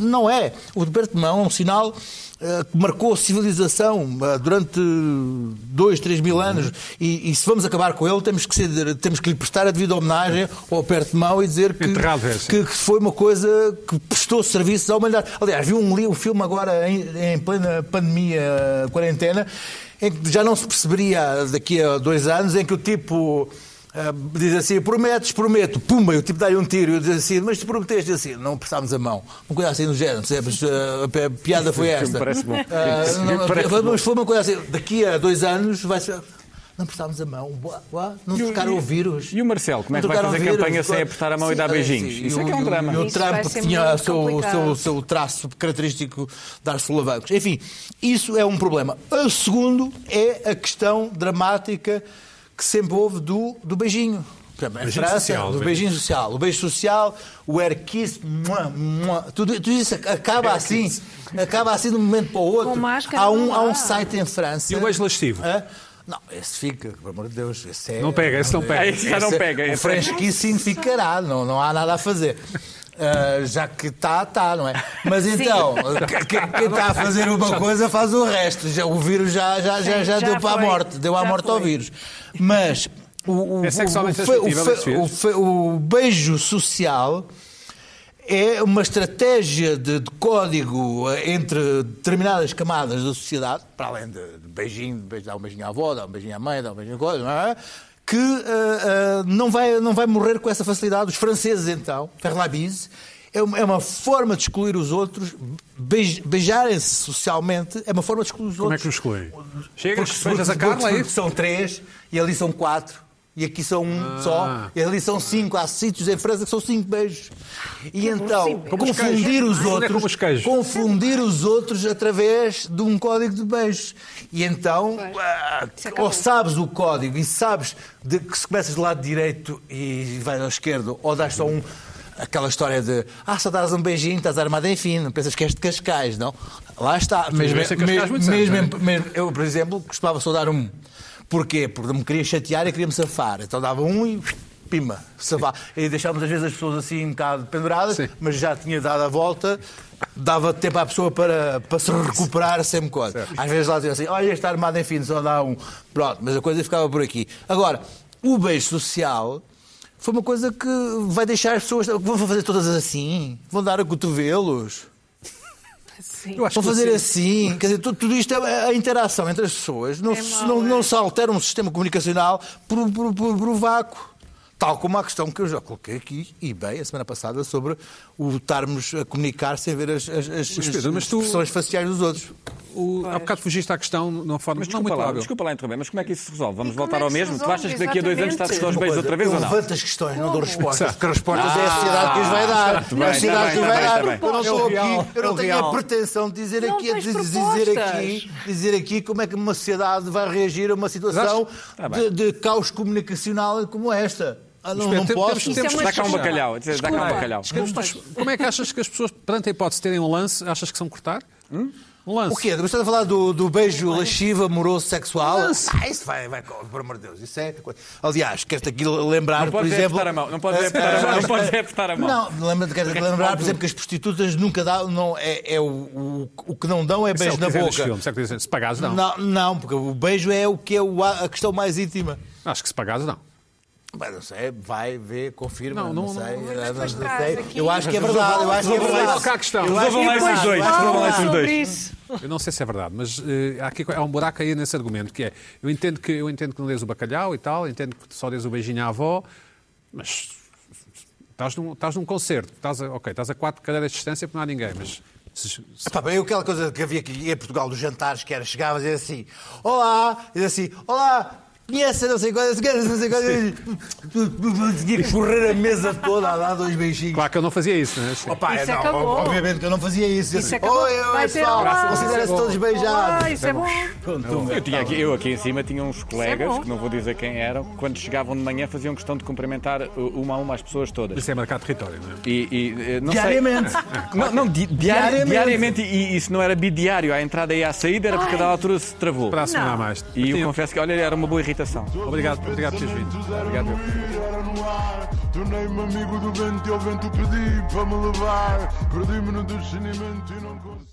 Não é. O Roberto Mão é um sinal ah, que marcou a civilização ah, durante dois, três mil anos e, e se vamos acabar com ele temos que, ser- temos que lhe prestar a devida homenagem ao Roberto Mão e dizer que,
Enterrado, é, sim.
que- que foi uma coisa que prestou serviços à humanidade. Aliás, vi um, li- um filme agora em, em plena pandemia, eh, quarentena, em que já não se perceberia daqui a dois anos, em que o tipo ah, diz assim, prometes, prometo, pumba, e o tipo dá-lhe um tiro, e eu diz assim, mas tu prometeste, Diz assim, não prestámos a mão. Uma coisa assim do género, percebes? Ah, a pe- a piada foi
filme
esta.
parece bom.
Ah, não, mas foi uma coisa assim, daqui a dois anos vai ser... Não prestámos a mão, Buá, buá, não
E o-
tocaram
e-
o vírus.
e o Marcelo, como é que
Não
vai
tocaram
fazer
o vírus.
campanha sem apertar a mão e dar
Sim,
beijinhos?
sim,
Isso é
e
que é um
o-
drama.
E o
Isso vai
Trump
ser
tinha o
muito
seu, o seu,
complicado.
o seu traço característico dar solavancos. Enfim, isso é um problema. O segundo é a questão dramática que sempre houve do, do beijinho. Por exemplo, em
Beijinho
França,
social,
do
sim.
beijinho social. O beijo social, o air kiss, mua, mua, tudo, tudo isso acaba assim. Acaba assim de um momento para o outro.
Com máscara,
há, um,
não
há um
dá.
site em França.
E o beijo lascivo?
Hã? Não, esse fica, pelo amor de Deus. Esse é,
Não pega, esse não pega.
Esse já não pega.
o
Esse-
French kissing ficará, não, não há nada a fazer. Ah, já que está, está, não é? Mas então, que- que- quem está a fazer uma coisa faz o resto. Já, o vírus já, já, já,
Sim,
já
já
deu para a
foi.
morte, deu à
Já
morte ao
foi.
vírus. Mas o, o,
É sexualmente
o fe- o
transmitível,
fe-
esse vírus?
o fe- o beijo social é uma estratégia de, de código eh, entre determinadas camadas da sociedade, para além de, de beijinho, de beijo, dar um beijinho à avó, dar um beijinho à mãe, dar um beijinho à coisa, não é? que eh, eh, não, vai, não vai morrer com essa facilidade. Os franceses, então, Ferlabise, é uma, é uma forma de excluir os outros, Beij- beijarem-se socialmente, é uma forma de excluir os
Como é
outros.
que nos excluem?
Porque
Chegas,
se
beijas a Carla é aí?
porque são três e ali são quatro. E aqui são
Ah.
um só, e ali são cinco. Há sítios em França que são cinco beijos. E então,
beijo.
Como os
confundir
queijos.
os
Onde é como os
outros,
queijos?
confundir os outros através de um código de beijos. E então,
Pois.
ah,
Isso acabou.
ou sabes o código e sabes de que se começas do lado direito e vais ao esquerdo, ou dás só um. Aquela história de, ah, só dás um beijinho, estás armado em fino, pensas que és de Cascais, não? Lá está, mesmo,
tiveste em Cascais
mesmo,
muitos anos,
mesmo
não é?
em- mesmo, eu, por exemplo, costumava só dar um. Porquê? Porque não me queria chatear e queria-me safar. Então dava um e pima, safar. E deixávamos às vezes as pessoas assim um bocado penduradas,
Sim.
mas já tinha dado a volta, dava tempo à pessoa para, para se recuperar sem coisa. Às vezes lá dizia assim, olha, este armado enfim, só dá um. Pronto, mas a coisa ficava por aqui. Agora, o beijo social. Foi uma coisa que vai deixar as pessoas. Vão fazer todas assim? Vão dar a cotovelos?
Sim.
Eu acho
Vão
que
fazer
sim.
assim, quer dizer, tu- tudo, isto é a interação entre as pessoas. Não,
É
se,
mau,
não,
é.
não se altera um sistema comunicacional por, por, por, por um vácuo. Tal como a questão que eu já coloquei aqui, e bem, a semana passada, sobre o estarmos a comunicar sem ver as, as, as,
Mas, Pedro,
as-
mas
as
tu-
expressões faciais dos outros.
O, há bocado fugiste à questão de uma forma
Mas
não
desculpa,
muito
lá,
lábil.
desculpa lá interromper, mas como é que isso se resolve? Vamos
E como
voltar
é que
ao
se
mesmo? Tu
resolve?
achas que daqui a dois anos está-se dar os
Exatamente.
beijos outra vez
eu
ou não?
levanto as questões, não dou
Como?
respostas, porque as respostas é a sociedade que as vai
Ah,
dar.
muito
é a
bem,
sociedade
está
que as
bem,
vai
está
dar.
bem, está
Eu não
bem.
estou
É o real,
aqui, eu
é o
não tenho
real.
a pretensão de dizer
Não
aqui, a
tens
dizer,
propostas.
dizer aqui, dizer aqui como é que uma sociedade vai reagir a uma situação
Está tá bem.
de, de caos comunicacional como esta. Ah, não,
Espera,
não
tem-
posso.
temos-
Isso é
temos-
uma
Dá cá um
desculpa.
bacalhau, dizer, dá cá um
Desculpa.
bacalhau.
Desculpas.
Como é que achas que as pessoas, perante a hipótese de terem um lance, achas que são cortar? Um lance.
Hum? O quê? Você está a falar do, do beijo lascivo, amoroso, sexual?
Lance.
Ah, isso vai, vai, por amor de Deus, isso é... coisa. Aliás, quero-te aqui lembrar,
Não
por
podes é
exemplo...
apertar a mão, não podes é apertar a mão, não podes é apertar a mão.
Não, lembra, quero
é
lembrar, por exemplo, que as prostitutas nunca dão... Não, é, é o, o, o que não dão é
Isso é o
beijo
que
na
dizem nos
boca.
filmes, é o que dizem. Se pagares, não.
Não, não, porque o beijo é o que é o- a questão mais íntima.
Acho que se pagares, não.
Bem, não sei, vai, vê, confirma,
Não, não,
não, sei.
não, é
eh, não
depois
sei.
traz aqui.
Eu acho que é verdade, eu acho que é
Resolvam lá
verdade.
a questão.
Eu acho que
Resolvam lá
é
esses
verdade.
dois,
Eu acho que é
resolvam lá
verdade.
esses dois.
Sobre isso.
Eu não sei se é verdade, mas eh, há, aqui, há um buraco aí nesse argumento, que é, eu entendo que, eu entendo que não dês o bacalhau e tal, entendo que só dês o beijinho à avó, mas estás num, estás num concerto, estás a, ok, estás a quatro cadeiras de distância porque não há ninguém, mas... se- se-
Pá, bem, eu aquela coisa que havia aqui em Portugal dos jantares, que era chegava e dizia assim: Olá, e dizia assim: Olá, conhece não sei quantas, conhece não sei quantas. Tinha que correr a mesa toda a dar dois beijinhos.
Claro que eu não fazia isso, né? Sim.
Opa, é
Isso
não,
acabou.
obviamente que eu não fazia isso. Eu
Isso
disse,
acabou.
Oi, oi,
Vai ter
pessoal,
olá.
consideram-se todos beijados.
Ah, isso é bom.
Eu, tinha aqui, eu aqui em cima tinha uns colegas,
é bom.
que não vou dizer quem eram, que quando chegavam de manhã faziam questão de cumprimentar uh, uma a uma as pessoas todas.
Isso é marcar território, não é?
E, e, eh, não sei-
Diariamente.
Não, não di- diari-
Diariamente.
diariamente. E, e se não era bidiário, à entrada e à saída, era porque a cada altura se travou.
Para a semana
Não.
a mais.
E eu
Martinho,
confesso que, olha, era uma boa irritação.
Obrigado, obrigado por teres vindo.
Obrigado. eu.
Era no ar, um tornei-me amigo do vento e ao vento pedi para me levar. Perdi-me no descendimento e não consegui.